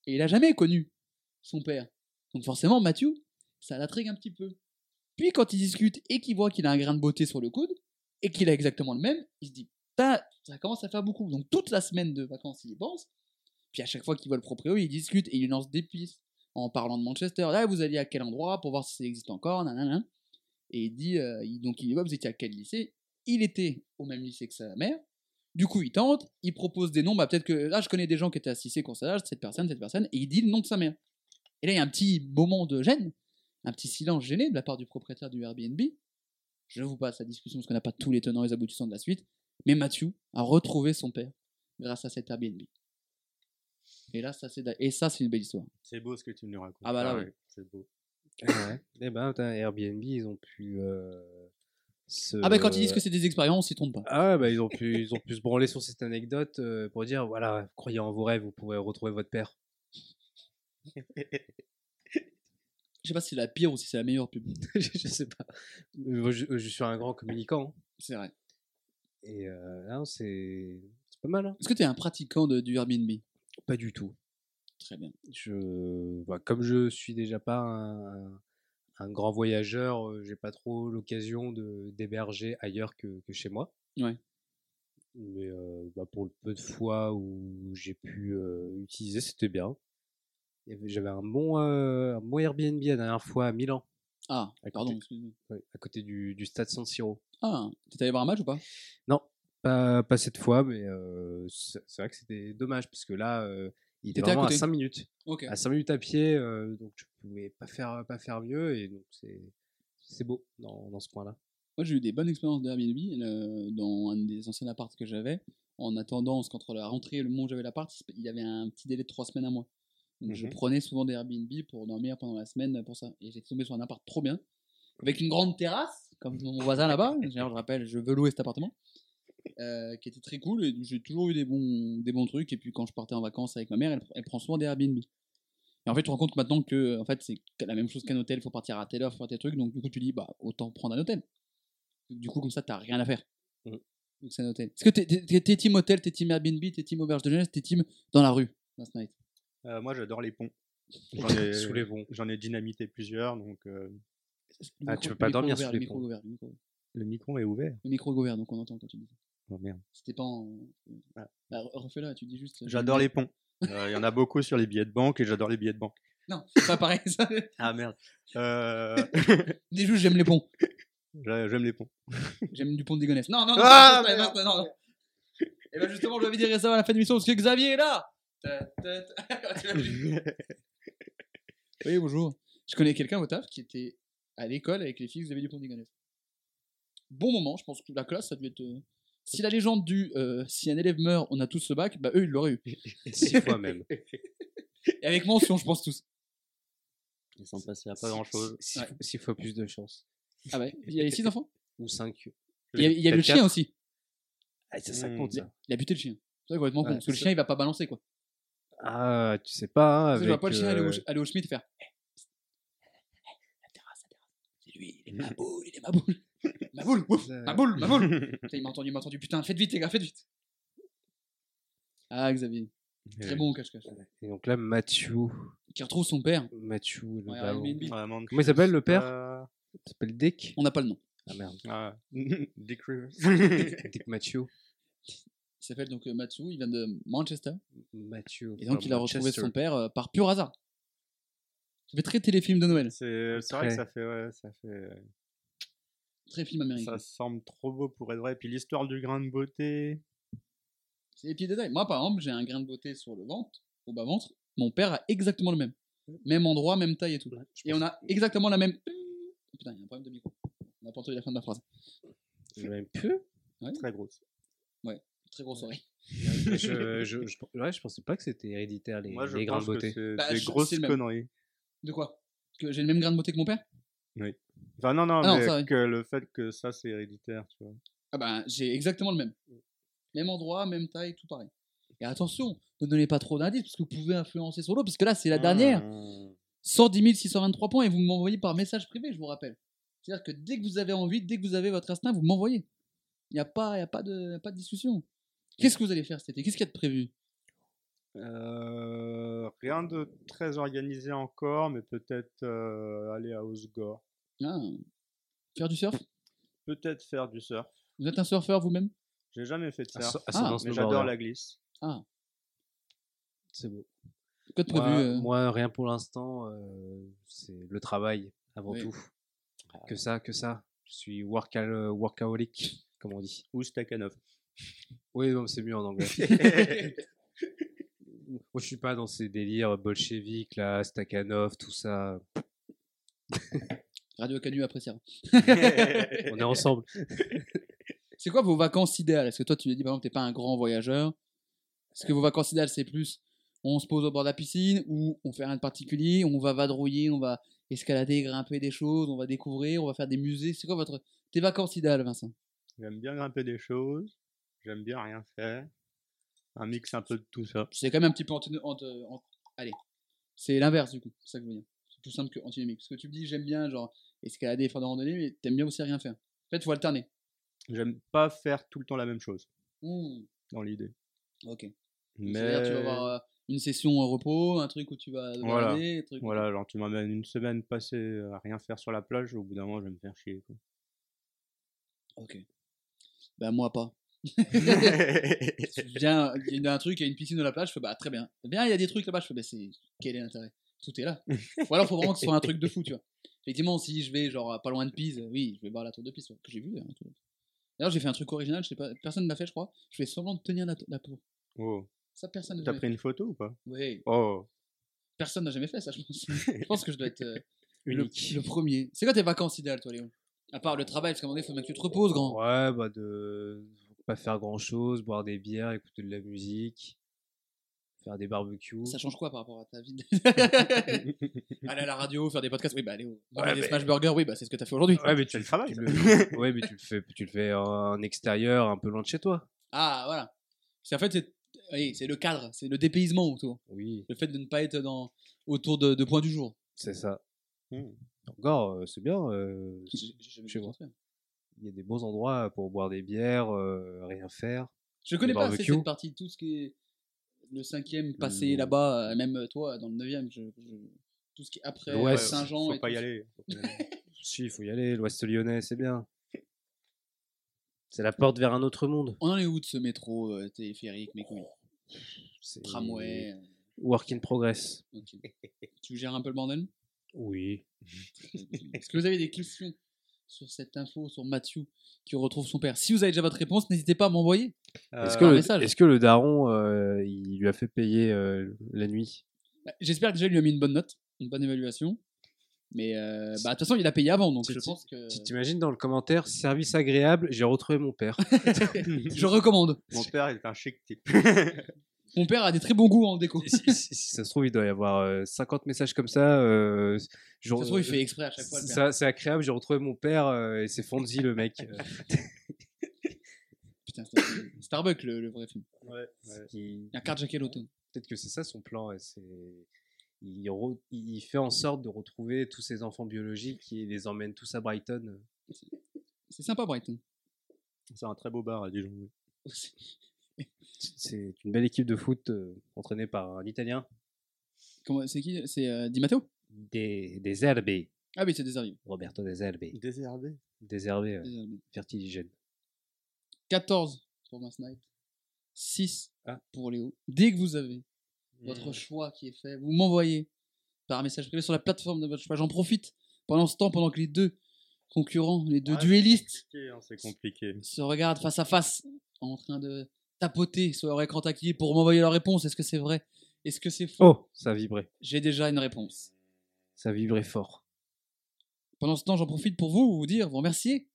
S4: et il a jamais connu son père. Donc forcément, Matthew, ça l'intrigue un petit peu. Puis quand ils discutent et qu'il voit qu'il a un grain de beauté sur le coude, et qu'il a exactement le même, il se dit, ça, ça commence à faire beaucoup. Donc toute la semaine de vacances, il y pense. Puis à chaque fois qu'ils voient le proprio, ils discutent et ils lui lancent des pistes en parlant de Manchester. Là, vous allez à quel endroit pour voir si ça existe encore, nanana. Et il dit, euh, il- donc il dit, ouais, vous étiez à quel lycée Il était au même lycée que sa mère. Du coup, il tente, il propose des noms. Bah, peut-être que là, je connais des gens qui étaient à 6 qu'on s'adresse, cette personne, cette personne, et il dit le nom de sa mère. Et là, il y a un petit moment de gêne, un petit silence gêné de la part du propriétaire du Airbnb. Je vous passe la discussion parce qu'on n'a pas tous les tenants et les aboutissants de la suite. Mais Mathieu a retrouvé son père grâce à cet Airbnb. Et là, ça, c'est, da- et ça, c'est une belle histoire.
S5: C'est beau ce que tu nous racontes.
S4: Ah bah là, oui.
S5: C'est beau.
S3: Ouais. Eh ben, putain, Airbnb, ils ont pu euh, se.
S4: Ah, bah, quand ils disent que c'est des expériences, ils ne trompent pas.
S3: Ah, bah, ils ont pu, ils ont pu se branler sur cette anecdote euh, pour dire voilà, croyez en vos rêves, vous pourrez retrouver votre père.
S4: Je sais pas si c'est la pire ou si c'est la meilleure pub.
S3: je, je sais pas. Moi, Je, je suis un grand communicant. hein.
S4: C'est vrai.
S3: Et euh, non, c'est c'est pas mal. hein.
S4: Est-ce que tu es un pratiquant de, du Airbnb
S3: Pas du tout.
S4: Très bien.
S3: Je, bah, comme je suis déjà pas un, un grand voyageur, euh, j'ai pas trop l'occasion de d'héberger ailleurs que, que chez moi.
S4: Ouais.
S3: Mais euh, bah, pour le peu de fois où j'ai pu euh, utiliser, c'était bien. Il y avait- J'avais un bon, euh, un bon Airbnb la dernière fois à Milan,
S4: Ah,
S3: À
S4: pardon,
S3: côté.
S4: excuse-moi.
S3: ouais, à côté du, du stade San Siro.
S4: Ah, t'es allé voir un match ou pas
S3: Non, pas, pas cette fois, mais euh, c'est c'est vrai que c'était dommage parce que là, euh, il était
S4: T'étais à
S3: vraiment à
S4: côté.
S3: 5 minutes.
S4: Ok.
S3: à 5 minutes à pied, euh, donc tu pouvais pas faire, euh, pas faire mieux, et donc c'est, c'est beau dans, dans ce point-là.
S4: Moi, j'ai eu des bonnes expériences d'Airbnb le- dans un des anciens apparts que j'avais. En attendant, parce qu'entre la rentrée et le moment où j'avais l'appart, il y avait un petit délai de trois semaines à moi. Donc, je
S5: Mhm.
S4: prenais souvent des Airbnb pour dormir pendant la semaine pour ça. Et j'ai tombé sur un appart trop bien, avec une grande terrasse, comme mon voisin là-bas. D'ailleurs, je rappelle, je veux louer cet appartement, euh, qui était très cool. Et j'ai toujours eu des bons, des bons trucs. Et puis, quand je partais en vacances avec ma mère, elle, elle prend souvent des Airbnb. Et en fait, tu te rends compte maintenant que en fait, c'est la même chose qu'un hôtel. Il faut partir à telle heure, faut faire tes trucs. Donc, du coup, tu dis, bah, autant prendre un hôtel. Du coup, comme ça, t'as rien à faire.
S3: Mhm.
S4: Donc, c'est un hôtel. Est-ce que t'es- t'es t'es- t'es team hôtel, t'es team Airbnb, t'es team auberge de jeunesse, t'es team dans la rue last night
S5: Euh, moi, j'adore les ponts. J'en ai,
S3: Sous les ponts.
S5: j'en ai dynamité plusieurs, donc euh,
S4: Le
S3: Ah, tu peux pas
S4: le
S3: dormir
S4: micro
S3: sous les ponts.
S4: ouvert, Le micro ouvert, le micro ouvert.
S5: le micro est ouvert.
S4: Le micro ouvert, donc on entend quand tu dis.
S5: Oh, merde.
S4: C'était pas en.
S5: Ah.
S4: Bah, refais-la, tu dis juste. euh,
S5: J'adore les ponts. Euh, Il y en a beaucoup sur les billets de banque et j'adore les billets de banque.
S4: Non, c'est pas pareil ça.
S5: Ah merde. Euh,
S4: Dis juste, j'aime les ponts.
S5: j'a- J'aime les ponts.
S4: J'aime du pont de Ligonnès. Non, non, non,
S5: Ah,
S4: non, non, non, non, non. Et ben justement, je vais dire ça à la fin de l'émission parce que Xavier est là. Ta, ta, ta. Tu l'as vu oui, bonjour. Je connais quelqu'un au taf qui était à l'école avec les filles Xavier Dupont de Ligonnès. Bon moment, je pense que la classe, ça devait être. euh, Si la légende du euh, si un élève meurt, on a tous ce bac, bah eux, ils l'auraient eu.
S3: Six fois même.
S4: Et avec mention, je pense tous.
S5: Ils sont passés à pas grand chose.
S3: Six,
S4: Ouais.
S3: six- six fois plus de chance.
S4: Ah ouais Il y avait six enfants
S3: Ou cinq.
S4: Il y a, il y a le chien aussi.
S3: Ah, ça, ça
S4: Mmh,
S5: Hmm.
S3: compte, ça.
S4: Il a buté le chien. C'est complètement con,
S3: Ouais,
S4: parce que le
S3: c'est-
S4: chien, il va pas balancer quoi.
S3: Ah, tu sais pas. hein,
S4: Tu sais, je vois
S3: avec,
S4: pas le chien aller,
S3: euh,
S4: au, aller au Schmitt et faire Eh, psst, eh, la terrasse, la terrasse. C'est lui, il est ma boule, il est ma boule. ma boule, ouf,
S3: Ça-
S4: ma boule, ma boule. Putain, il m'a entendu, il m'a entendu. Putain, faites vite, les gars, faites vite. Ah, Xavier, très
S5: Ouais.
S4: bon au cache-cache.
S3: Et donc là, Mathieu.
S4: Qui retrouve son père.
S3: Mathieu, le
S4: Ouais,
S3: ballon.
S4: Airbnb.
S5: Vraiment,
S3: Comment il s'appelle, le père
S5: euh,
S3: Il s'appelle Dick.
S4: On n'a pas le nom.
S3: Ah merde.
S5: ah, Dick Rivers.
S3: Dick Mathieu.
S4: Il s'appelle donc euh, Mathieu, il vient de Manchester.
S3: Mathieu.
S4: Et donc,
S3: from
S4: il a retrouvé
S3: Manchester.
S4: son père euh, par pur hasard. Ça fait très téléfilm de Noël,
S5: C'est c'est vrai que
S3: Très.
S5: ça fait, ouais, ça fait, euh,
S4: très film américain.
S5: ça semble trop beau pour être vrai. Puis l'histoire du grain de beauté.
S4: C'est des petits détails. Moi, par exemple, j'ai un grain de beauté sur le ventre, au bas-ventre. Mon père a exactement le même. Même endroit, même taille et tout. Et on a exactement la même. Oh, Putain, il y a un problème de micro. On n'a pas entendu la fin de la phrase.
S3: Je l'aime plus.
S5: Très grosse.
S4: Très grosse oreille.
S3: je, je, je- ouais, je pensais pas que c'était héréditaire, les,
S5: Moi, je
S3: les grandes
S5: pense que
S3: beautés.
S5: c'est
S4: Bah, je-
S5: des
S4: c'est
S5: grosses
S4: le même.
S5: conneries.
S4: De quoi Que j'ai le même grain de beauté que mon père
S5: Enfin, non, non,
S4: Ah non,
S5: mais
S4: ça, ouais.
S5: que le fait que ça, c'est héréditaire, tu vois.
S4: Ah ben, j'ai exactement le même. Même endroit, même taille, tout pareil. Et attention, ne donnez pas trop d'indices parce que vous pouvez influencer sur l'autre,
S5: Ah,
S4: parce que là, c'est la dernière.
S5: Mmh.
S4: 110 623 points et vous m'envoyez par message privé, je vous rappelle. C'est- C'est-à-dire que dès que vous avez envie, dès que vous avez votre instinct, vous m'envoyez. Il n'y a, pas- il y a, pas de- il y a pas de discussion. Qu'est-ce que vous allez faire cet été Qu'est-ce qu'il y a de prévu
S5: Euh, rien de très organisé encore, mais peut-être euh, aller à Osgore.
S4: Ah, Faire du surf
S5: Peut-être faire du surf.
S4: Vous êtes un surfeur vous-même
S5: J'ai jamais fait de surf,
S4: Ah,
S5: mais j'adore la glisse.
S3: C'est beau.
S4: Quoi de
S3: Moi,
S4: prévu euh,
S3: moi, rien pour l'instant. euh, c'est le travail avant
S4: Oui. Ah
S3: tout. Que ça, que ça. Je suis workal- euh, workaholic, comme on dit.
S5: Ou Stakhanov.
S3: Oui, non, c'est mieux en anglais. Moi, je suis pas dans ces délires bolcheviques, là, Stakhanov, tout ça.
S4: Radio Canu appréciera.
S3: On est ensemble.
S4: C'est quoi vos vacances idéales Est-ce que toi, tu l'as dit, par exemple, t'es pas un grand voyageur Est-ce que vos vacances idéales, c'est plus on se pose au bord de la piscine ou on fait rien de particulier, on va vadrouiller, on va escalader, grimper des choses, on va découvrir, on va faire des musées C'est quoi votre tes vacances idéales, Vincent
S5: J'aime bien grimper des choses. J'aime bien rien faire. Un mix un peu de tout ça.
S4: C'est quand même un petit peu antino- ante- ant- Allez, c'est l'inverse du coup, c'est ça que je veux dire. C'est plus simple que antinomique. Parce que tu me dis, j'aime bien genre escalader, faire de la randonnée, mais t'aimes bien aussi rien faire. En fait, faut alterner.
S5: J'aime pas faire tout le temps la même chose,
S4: Ouh,
S5: dans l'idée.
S4: Mmh, ok.
S5: Mais
S4: C'est-à-dire, tu vas avoir euh, une session en repos, un truc où tu vas te
S5: Voilà.
S4: balader, un truc.
S5: Voilà, genre tu m'emmènes une semaine passée à rien faire sur la plage, au bout d'un moment je vais me faire chier. quoi.
S4: Ok. Bah moi pas. Je viens, il y a un truc, il y a une piscine de la plage, je fais bah très bien. Bien, il y a des trucs là-bas, je fais bah c'est quel est l'intérêt Tout est là. Ou alors faut vraiment que ce soit un truc de fou, tu vois. Effectivement, si je vais genre à pas loin de Pise, oui, je vais voir la tour de Pise ouais, que j'ai vu. hein, D'ailleurs, j'ai fait un truc original, je sais pas, personne ne l'a fait, je crois. Je fais semblant de tenir la, la tour.
S5: Oh,
S4: Ça personne n'a
S5: t'as
S4: jamais
S5: pris
S4: fait.
S5: une photo ou pas
S4: Ouais,
S5: Oh,
S4: personne n'a jamais fait ça, je pense. je pense que je dois être euh, le,
S3: Unique.
S4: le premier. C'est quoi tes vacances idéales, toi, Léon À part le travail, parce qu'à un moment donné, faut bien que tu te reposes, grand.
S3: Ouais, bah, de faut pas faire grand chose, boire des bières, écouter de la musique, faire des barbecues.
S4: Ça change quoi par rapport à ta vie de- Aller à la radio, faire des podcasts, oui, bah allez, au- manger des Smash Burger, oui, bah c'est ce que t'as fait aujourd'hui.
S3: Ouais, mais tu
S5: le travail,
S3: tu le- ouais, mais tu le fais, tu le fais en extérieur, un peu loin de chez toi.
S4: Ah, voilà. C'est en fait, c'est oui, c'est le cadre, c'est le dépaysement autour.
S3: Oui,
S4: Le fait de ne pas être dans... autour de, de points du jour.
S3: c'est ça.
S5: Hmm.
S3: Encore, euh, c'est bien. euh,
S4: Je
S3: chez moi. Il y a des beaux endroits pour boire des bières, euh, rien faire.
S4: Je connais
S3: Le
S4: pas assez
S3: barbecue.
S4: cette partie, tout ce qui est le cinquième passé
S3: Le-
S4: là-bas, euh, même toi dans le neuvième, je, je- tout ce qui est après
S3: Ouais,
S4: Saint-Jean.
S5: faut
S4: et
S5: pas
S4: tout
S5: y
S4: ça.
S5: aller. faut pas y aller.
S3: euh, Si, il faut y aller, l'Ouest lyonnais, c'est bien. C'est la porte vers un autre monde.
S4: On en est où de ce métro euh, téléphérique, mes couilles
S3: C'est-
S4: Tramway. euh,
S3: Work in progress.
S4: ok. tu gères un peu le bordel
S3: Oui.
S4: Est-ce que vous avez des questions sur cette info, sur Mathieu qui retrouve son père Si vous avez déjà votre réponse, n'hésitez pas à m'envoyer.
S3: Est-ce
S5: Euh,
S3: que,
S4: un
S3: le-
S4: message.
S3: est-ce que le daron, euh, il lui a fait payer euh, la nuit
S4: Bah, J'espère que déjà il lui a mis une bonne note, une bonne évaluation. Mais euh, bah, de toute façon, il a payé avant, donc
S3: Si
S4: je
S3: tu-
S4: pense que
S3: Tu t'imagines dans le commentaire, service agréable, j'ai retrouvé mon père.
S4: je recommande.
S5: Mon père est un chic type.
S4: Mon père a des très bons goûts en déco.
S3: si, si- si ça se trouve, il doit y avoir euh, 50 messages comme ça. euh,
S4: Ça
S3: genre-
S4: se trouve, il fait exprès à chaque fois. le père.
S3: Ça, euh, c'est agréable, j'ai retrouvé mon père euh, et c'est Fonzie le mec. euh,
S4: Putain, c'est Starbucks, le, le vrai film.
S5: Ouais, ouais.
S3: qui-
S4: Il y a Carjack et l'auto.
S3: Peut-être que c'est ça son plan. et c'est... Il, re- il fait en sorte de retrouver tous ses enfants biologiques et les emmène tous à Brighton.
S4: C'est sympa, Brighton.
S5: C'est un très beau bar à Dijon. oui.
S3: C'est une belle équipe de foot euh, entraînée par un Italien.
S4: Comment- C'est qui C'est euh, Di Matteo
S3: Des, des Herbes.
S4: Ah oui, c'est des arrives.
S3: Roberto des Herbes.
S5: Désherbé.
S3: Des Herbes, euh,
S4: Des arrives.
S3: fertiligène.
S4: 14 pour Vince Knight, 6
S3: Ah. Mmh.
S4: pour Léo. Dès que vous avez votre choix qui est fait, vous m'envoyez par message privé sur la plateforme de votre choix. J'en profite pendant ce temps, pendant que les deux concurrents, les deux
S5: Ouais,
S4: duellistes
S5: Ah, C'est compliqué, hein, C'est compliqué.
S4: se regardent face à face en train de tapoter sur leur écran tactile pour m'envoyer leur réponse. Est-ce que c'est vrai Est-ce que c'est faux
S3: Oh, ça vibrait.
S4: J'ai déjà une réponse.
S3: Ça vibrait fort.
S4: Pendant ce temps, j'en profite pour vous, vous dire, vous remercier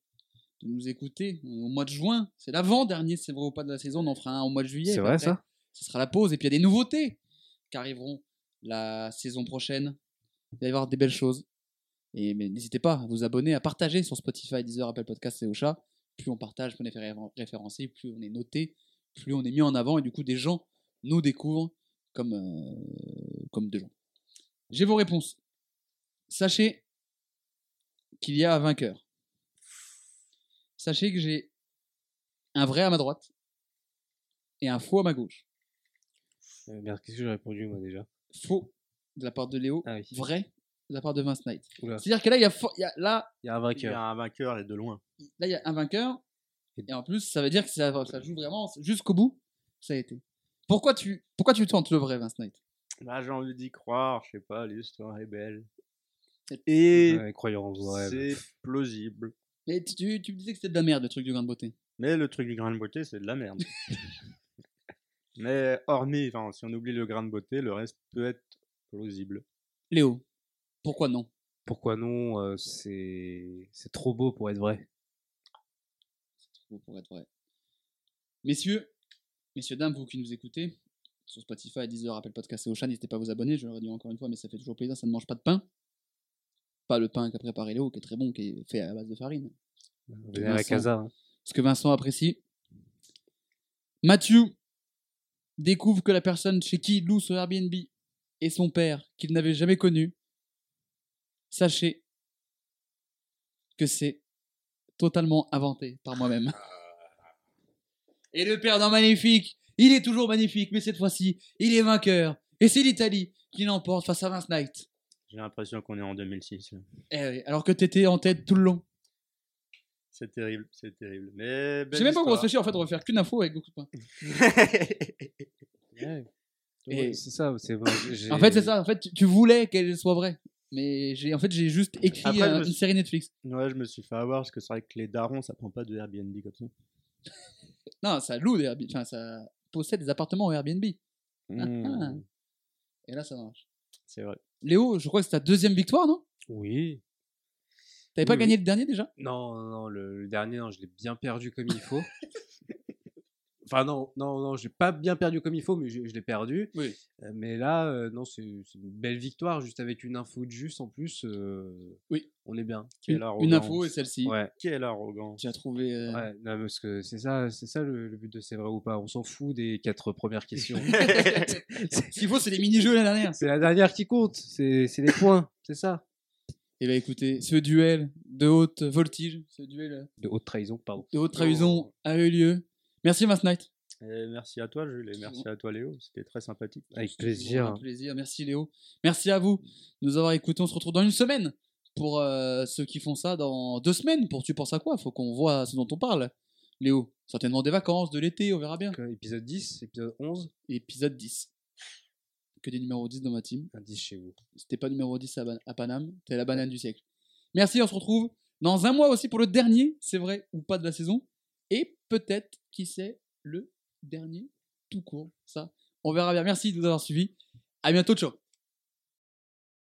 S4: de nous écouter. On est au mois de juin, c'est l'avant-dernier, c'est vrai ou pas, de la saison. On en fera un au mois de juillet.
S3: C'est
S4: Et
S3: vrai,
S4: après,
S3: ça
S4: Ce sera la pause. Et puis il y a des nouveautés qui arriveront la saison prochaine. Il va y avoir des belles choses. Et mais n'hésitez pas à vous abonner, à partager sur Spotify, Deezer, Apple Podcasts et Ocha. Plus on partage, plus on est réfé- référencé, plus on est noté, plus on est mis en avant. Et du coup, des gens nous découvrent comme, euh, comme de gens. J'ai vos réponses. Sachez qu'il y a un vainqueur. Sachez que j'ai un vrai à ma droite et un faux à ma gauche.
S3: Euh, merde, qu'est-ce que j'ai répondu moi déjà
S4: Faux de la part de Léo,
S3: Ah oui.
S4: vrai de la part de Vince Knight.
S3: Oula.
S4: C'est-à-dire que là, il y a, fo- il y a- là,
S3: Il y a un
S5: Il y a
S3: vainqueur.
S5: un vainqueur et de loin.
S4: là, il y a un vainqueur et en plus, ça veut dire que ça, va- ça joue vraiment jusqu'au bout. Ça a été. Pourquoi tu, pourquoi tu tentes le vrai, Vince Knight
S5: Là, Bah, j'ai envie d'y croire, je sais pas, l'histoire est belle.
S3: Et...
S5: Et
S3: croyant en vos
S4: bah
S3: rêves.
S5: c'est plausible.
S4: Mais tu, tu, tu me disais que c'était de la merde, le truc du grain de beauté.
S5: Mais le truc du grain de beauté, c'est de la merde. Mais hormis, enfin, si on oublie le grain de beauté, le reste peut être plausible.
S4: Léo, pourquoi non
S3: Pourquoi non euh, C'est c'est trop beau pour être vrai.
S4: Pour- pour être vrai. Messieurs, messieurs, dames, vous qui nous écoutez, sur Spotify à 10h, Apple Podcast et Ocean, n'hésitez pas à vous abonner, je le redis encore une fois, mais ça fait toujours plaisir, ça ne mange pas de pain. Pas le pain qu'a préparé Léo, qui est très bon, qui est fait à la base de farine.
S3: Venez à la
S4: Vincent.
S3: casa. hein.
S4: Ce que Vincent apprécie. Mathieu découvre que la personne chez qui il loue son Airbnb est son père, qu'il n'avait jamais connu. Sachez que c'est totalement inventé par moi-même. Et le perdant magnifique, il est toujours magnifique, mais cette fois-ci, il est vainqueur. Et c'est l'Italie qui l'emporte face à Vince Knight.
S5: J'ai l'impression qu'on est en 2006. là.
S4: Eh oui, alors que t'étais en tête tout le long.
S5: C'est terrible, c'est terrible. Mais Ben
S4: Je sais même pas comment se fait en fait, on va faire qu'une info avec beaucoup de points.
S3: Ouais,
S4: Et-
S3: C'est ça. c'est- moi, j'ai-
S4: En fait, c'est ça. En fait, tu- tu voulais qu'elle soit vraie. Mais j'ai en fait, j'ai juste écrit
S5: Après,
S4: euh,
S5: je me
S4: une
S5: suis-
S4: série Netflix.
S5: Ouais, je me suis fait avoir parce que c'est vrai que les darons, ça prend pas de Airbnb comme ça.
S4: Non, ça loue des Airbnb. Enfin, ça possède des appartements au Airbnb. Et
S3: Hmm.
S4: ah.
S5: Mmh,
S4: là, ça marche.
S5: c'est vrai.
S4: Léo, je crois que c'est ta deuxième victoire, non
S3: Oui.
S4: T'avais pas
S3: Oui,
S4: gagné le dernier déjà
S3: Non, non, non, le, le dernier, non, je l'ai bien perdu comme il faut. enfin, non, non, non, j'ai pas bien perdu comme il faut, mais je, je l'ai perdu.
S4: Oui.
S3: Euh, Mais là, euh, non, c'est c'est une belle victoire, juste avec une info de juste en plus. euh,
S4: Oui.
S3: On est bien.
S5: Quelle
S4: Une- Une
S5: arrogance.
S4: info et celle-ci.
S3: Ouais.
S5: Quelle arrogance.
S4: Tu as trouvé. euh,
S3: Ouais, non, parce que c'est ça, c'est ça le, le but de c'est vrai ou pas. On s'en fout des quatre premières questions.
S4: Ce qu'il faut, c'est les mini-jeux la dernière.
S3: c'est la dernière qui compte. C'est c'est les points, c'est ça.
S4: Et bah écoutez, ce duel de haute voltige, ce duel
S3: De haute trahison, pardon.
S4: de haute
S5: Oh.
S4: trahison a eu lieu. Merci Vince Knight.
S5: Et Eh, merci à toi, Jules, et merci à toi, Léo. C'était très sympathique.
S3: Avec
S4: C'était toujours
S3: plaisir.
S4: un plaisir. Merci Léo. Merci à vous de nous avoir écoutés. On se retrouve dans une semaine pour euh, ceux qui font ça dans deux semaines. Pour tu penses à quoi Faut qu'on voit ce dont on parle. Léo, certainement des vacances, de l'été, on verra bien.
S3: Donc, euh, épisode 10, épisode 11,
S4: Épisode 10. Que des numéros 10 dans ma team.
S3: un 10 chez vous.
S4: C'était pas numéro 10 à, Ban- à Paname. T'es la banane du siècle. Merci, on se retrouve dans un mois aussi pour le dernier, c'est vrai, ou pas de la saison. Et peut-être, qui sait, le dernier tout court. Ça, on verra bien. Merci de nous avoir suivis. À bientôt, ciao